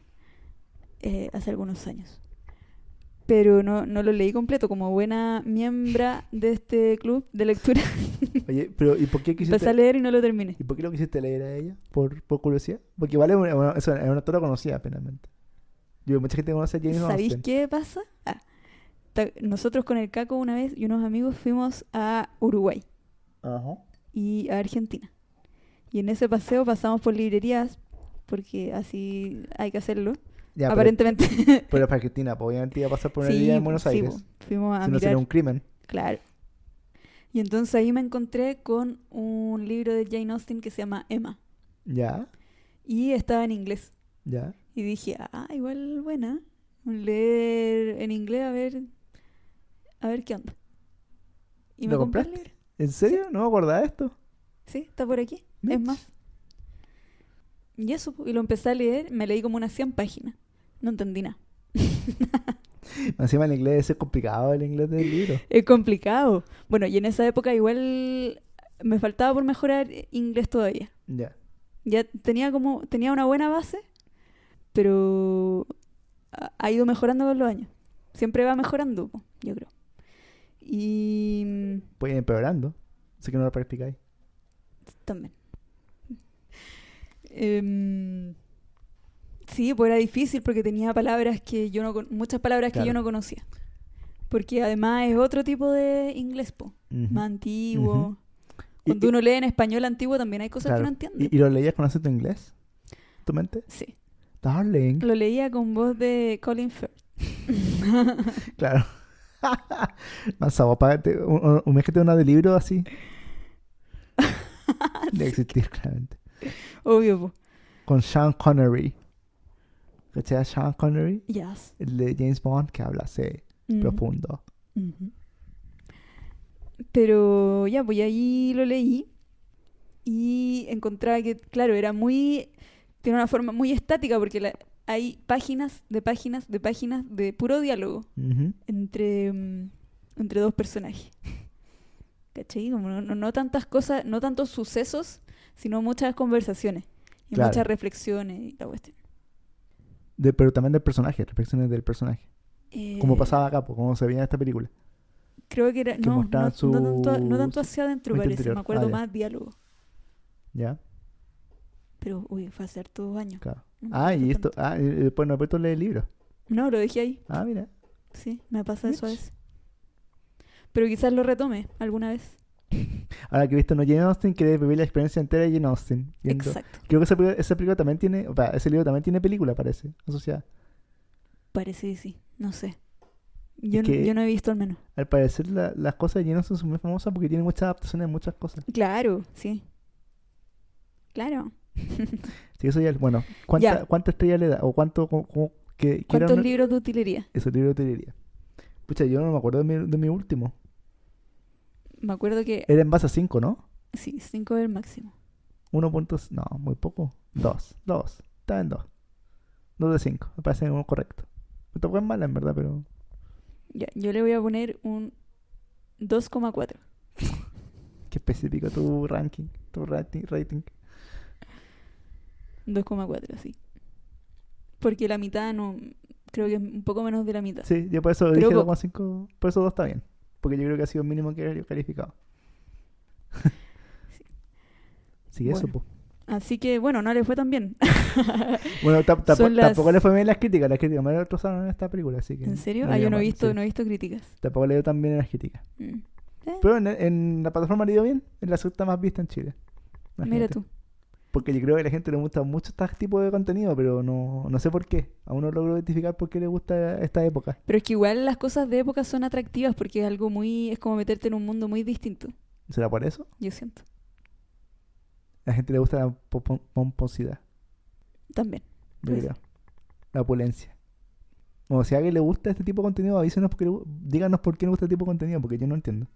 S3: eh, hace algunos años. Pero no, no lo leí completo. Como buena miembra de este club de lectura,
S2: Oye, pero [laughs] ¿y por qué
S3: empecé a
S2: quisiste,
S3: leer y no lo terminé.
S2: ¿y por qué lo quisiste leer a ella? ¿Por, por curiosidad? Porque igual es una, una- es una, es una autora conocida, finalmente. Yo, mucha gente conoce a Jane
S3: ¿Sabéis
S2: Austen.
S3: qué pasa? Ah, ta- nosotros con el Caco una vez y unos amigos fuimos a Uruguay
S2: Ajá.
S3: y a Argentina. Y en ese paseo pasamos por librerías porque así hay que hacerlo.
S2: Ya, pero,
S3: Aparentemente. [laughs]
S2: pero es Argentina, pues, obviamente iba a pasar por una herida en Buenos
S3: sí,
S2: Aires.
S3: po, fuimos a
S2: si no
S3: mirar.
S2: sería un crimen.
S3: Claro. Y entonces ahí me encontré con un libro de Jane Austen que se llama Emma.
S2: Ya,
S3: Y estaba en inglés.
S2: ya.
S3: Y dije, ah, igual buena. Leer en inglés a ver, a ver qué onda. Y me
S2: ¿Lo
S3: compré el
S2: compraste?
S3: libro.
S2: ¿En serio? No me acordaba de esto.
S3: Sí, está por aquí.
S2: Mitch.
S3: Es más. Y eso, po, y lo empecé a leer, me leí como unas 100 páginas. No entendí nada.
S2: Encima el inglés ese es complicado, el inglés del libro.
S3: Es complicado. Bueno, y en esa época igual me faltaba por mejorar inglés todavía.
S2: Ya.
S3: ya tenía como tenía una buena base pero ha- ha ido mejorando con los años siempre va mejorando po, yo creo y mm,
S2: Puede ir pues, empeorando. Así que no lo practicáis.
S3: también [laughs] Em, sí pues era difícil porque tenía palabras que yo no con- muchas palabras que
S2: Claro.
S3: yo no conocía porque además es otro tipo de inglés po,
S2: Ujú.
S3: más antiguo
S2: Ujú. Y-
S3: cuando uno lee en español antiguo también hay cosas
S2: claro.
S3: que no entiende
S2: ¿Y, y lo leías con acento inglés? ¿Tu mente?
S3: sí
S2: Darling.
S3: lo leía con voz de Colin Firth
S2: Claro. [laughs] Más agua, pagate un, un- un mes que te una de libro así.
S3: [laughs]
S2: De existir, claramente.
S3: obvio po.
S2: Con Sean Connery. ¿Cachai a Sean Connery?
S3: Yes.
S2: El de James Bond que habla así,
S3: Mm,
S2: profundo.
S3: ujú. Pero ya, pues y ahí lo leí y encontraba que, claro, era muy. Tiene una forma muy estática porque la- hay páginas de páginas de páginas de puro diálogo
S2: Ujú.
S3: entre, mm, entre dos personajes. ¿Cachai? Como no, no- no tantas cosas, no tantos sucesos, sino muchas conversaciones y
S2: Claro.
S3: muchas reflexiones y la cuestión.
S2: De- pero también del personaje, reflexiones del personaje. Como
S3: Eh,
S2: pasaba acá, pues, como se veía en esta película.
S3: Creo que era.
S2: que
S3: no, no,
S2: mostraban
S3: no tanto, no
S2: su-
S3: tanto hacia adentro,
S2: mente
S3: parece.
S2: interior.
S3: Me
S2: Ah,
S3: acuerdo
S2: ya.
S3: más diálogo.
S2: ¿Ya?
S3: Mm, Pero, uy, fue hace todos años.
S2: Claro.
S3: No me
S2: Ah, y
S3: acuerdo
S2: esto.
S3: tanto.
S2: Ah, y después no he puesto a leer el libro.
S3: No, lo dejé ahí.
S2: Ah, mira.
S3: Sí, me pasa eso a
S2: Mitch.
S3: veces. Pero quizás lo retome alguna vez.
S2: Ahora que he visto no Jane Austen, querés vivir la experiencia entera de Jane Austen. Yendo-
S3: Exacto.
S2: Creo que esa, peli- esa película también tiene. O sea, ese libro también tiene película, parece, asociada.
S3: Parece que sí. No sé. Yo, no-
S2: que-
S3: yo no he visto al menos.
S2: Al parecer, la- las cosas de Jane Austen son muy famosas porque tiene muchas adaptaciones de muchas cosas.
S3: Claro, sí. Claro.
S2: Sí, eso ya. Bueno, ¿cuánta,
S3: Ya.
S2: ¿cuánta estrella le da? ¿O cuánto.? cómo- cómo- qué- qué era
S3: ¿Cuántos
S2: una-
S3: libros de utilería?
S2: Esos libros te diría. Pucha, yo no me acuerdo de mi, de mi último.
S3: Me acuerdo que.
S2: Era en base a 5, ¿no?
S3: Sí, cinco es el máximo.
S2: 1 puntos. No, muy poco. 2, 2. Estaba en 2. 2 de 5. Me parece como correcto. Me tocó en mala, en verdad, pero.
S3: Ya, yo le voy a poner un 2,4.
S2: Qué específico tu ranking. Tu rating. rating.
S3: 2,4, sí. Porque la mitad no. Creo que es un poco menos de la mitad.
S2: Sí, yo por eso
S3: Pero
S2: dije
S3: po-
S2: 2,5. Por eso 2 está bien. Porque yo creo que ha sido el mínimo que he calificado. sí, eso,
S3: Bueno.
S2: po.
S3: Así que, bueno, no le fue tan bien.
S2: Bueno, tam- tampo-
S3: Son las-
S2: tampoco le fue bien las críticas. Las críticas me lo destrozaron en esta película, así que.
S3: ¿En serio?
S2: no
S3: Ah, yo
S2: digo
S3: no he
S2: mal,
S3: visto,
S2: sí.
S3: no he visto críticas.
S2: Tampoco le dio tan bien en las críticas.
S3: Mm.
S2: Pero en, en la plataforma le dio bien, es la sexta más vista en Chile.
S3: Mira
S2: Imagínate.
S3: tú.
S2: Porque yo creo que a la gente le gusta mucho este tipo de contenido, pero no, no sé por qué. Aún no logro identificar por qué le gusta esta época.
S3: Pero es que igual las cosas de época son atractivas porque es algo muy. Es como meterte en un mundo muy distinto,
S2: ¿Será por eso?
S3: yo siento.
S2: A la gente le gusta la popo- pomposidad,
S3: También. [laughs]
S2: yo
S3: Pues.
S2: creo. La opulencia. O sea, a alguien le gusta este tipo de contenido, avísenos, porque le gu- díganos por qué le gusta este tipo de contenido, porque yo no entiendo.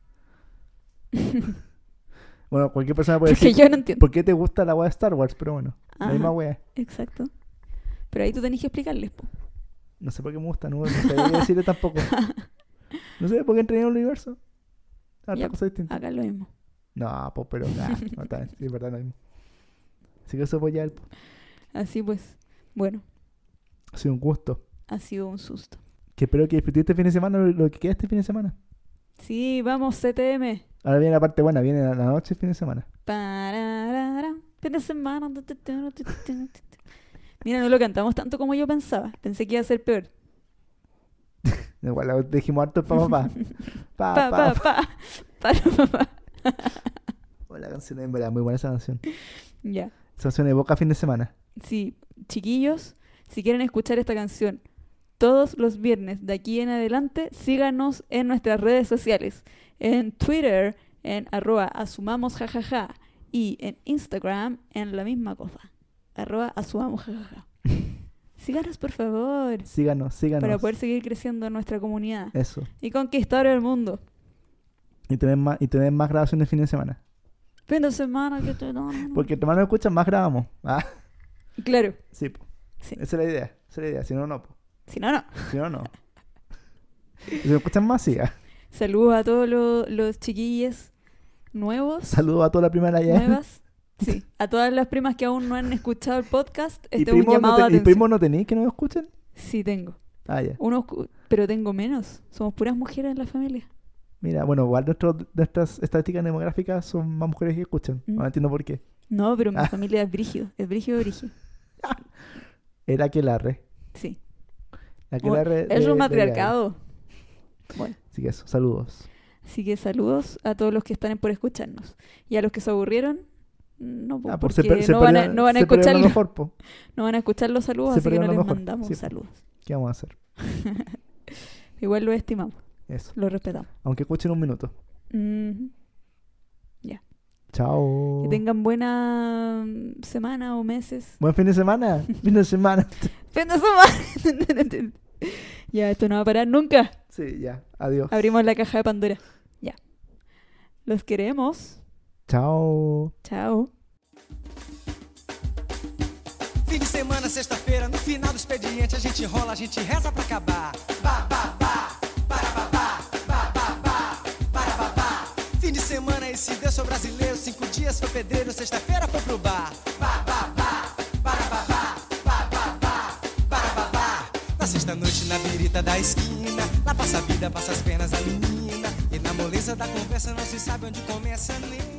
S2: bueno, cualquier persona puede
S3: Porque
S2: decir,
S3: yo no entiendo.
S2: ¿por qué te gusta la wea de Star Wars? Pero bueno, la
S3: Ajá,
S2: misma wea.
S3: exacto. Pero ahí tú tenés que explicarles, po.
S2: No sé por qué me gusta, no, no sabría decirle tampoco. No sé por qué entrené en el universo. Otra
S3: Ya,
S2: cosa distinta.
S3: Acá lo mismo.
S2: No, pues, pero. ah, no está bien. Sí, es verdad, no mismo. Así que eso voy ya. po.
S3: Así pues. Bueno,
S2: Ha sido un gusto.
S3: ha sido un susto.
S2: Que espero que disfrutéis este fin de semana, lo, lo que queda este fin de semana.
S3: Sí, vamos, CTM.
S2: Ahora viene la parte buena, viene la, la noche, el fin de semana.
S3: Pararara, fin de semana, tu, tu, tu, tu, tu, tu, tu. Mira, no lo cantamos tanto como yo pensaba. Pensé que iba a ser peor.
S2: Igual la dijimos harto pa, pa, pa.
S3: [laughs]
S2: Pa,
S3: Pa, pa,
S2: pa,
S3: pa. [laughs] Pa, pa, pa.
S2: Oh, pa. La canción es en verdad, muy buena esa canción.
S3: Ya.
S2: Sensación evoca fin de semana.
S3: Sí, chiquillos, si quieren escuchar esta canción todos los viernes de aquí en adelante, síganos en nuestras redes sociales. En Twitter, en arroba asumamos jajaja. Y en Instagram, en la misma cosa. Arroba asumamos jajaja. Síganos, por favor,
S2: Síganos, síganos.
S3: para poder seguir creciendo en nuestra comunidad
S2: Eso.
S3: y conquistar el mundo.
S2: Y tener más, y tener más grabaciones fin de semana.
S3: Fin de semana que te dan.
S2: Porque entre más nos escuchan, más grabamos. Ah, [laughs]
S3: Claro,
S2: sí, po.
S3: Sí.
S2: Esa es la idea. Esa es la idea. Si no, no, po.
S3: si no, no.
S2: Si no, no. Y si nos escuchan más, siga. [laughs]
S3: Saludos a todos lo- los chiquillos nuevos,
S2: Saludos a toda la primera ya. [laughs]
S3: nuevas. Sí, a todas las primas que aún no han escuchado el podcast,
S2: ¿Y
S3: este es un
S2: primos no,
S3: llamado
S2: te-
S3: de
S2: y
S3: atención.
S2: primos no tenéis que no escuchen?
S3: Sí, tengo.
S2: Ah, ya.
S3: Uno, cu- pero tengo menos. Somos puras mujeres en la familia.
S2: Mira, bueno, igual nuestros- nuestras estadísticas demográficas son más mujeres que escuchan.
S3: Mm.
S2: No entiendo por qué.
S3: No, pero mi
S2: Ah.
S3: familia es brígido. Es brígido, brígido.
S2: Era que la re.
S3: Sí.
S2: La que la
S3: Bueno,
S2: re
S3: es
S2: de- de-
S3: un matriarcado.
S2: Así que eso, saludos.
S3: Así que saludos a todos los que están por escucharnos. Y a los que se aburrieron, no,
S2: Ah, por
S3: porque
S2: per-
S3: no, van a,
S2: perdió-
S3: no van a
S2: se perdió
S3: escuchar
S2: lo mejor, po.
S3: no van a escuchar los saludos,
S2: Se
S3: así que
S2: perdió
S3: no
S2: lo
S3: les
S2: mejor,
S3: mandamos
S2: sí.
S3: saludos.
S2: ¿Qué vamos a hacer?
S3: Igual lo estimamos,
S2: Eso.
S3: lo respetamos.
S2: Aunque escuchen un minuto.
S3: Ujú.
S2: Chao.
S3: Que
S2: Oh.
S3: tengan buena mm, semana o meses.
S2: Buen fin de semana. fin de semana. [laughs]
S3: ¡Fin de semana! [laughs] ya, esto no va a parar nunca.
S2: Sí, ya. Adiós.
S3: Abrimos la caja de Pandora. Ya. Los queremos.
S2: Chao.
S3: Chao.
S1: Fim de semana, sexta-feira, no final do expediente, a gente rola, a gente reza pra acabar. Ba, ba, ba, para, ba, ba, ba, ba, ba, para, ba, ba. Fim de semana, esse Deus sou brasileiro, cinco dias foi pedreiro, sexta-feira foi pro bar. Ba, ba, ba, para, ba, ba, ba, ba, ba, para, ba, ba. Na sexta-noite, na birita da esquina, lá passa a vida, passa as penas da menina, e na moleza da conversa não se sabe onde começa nem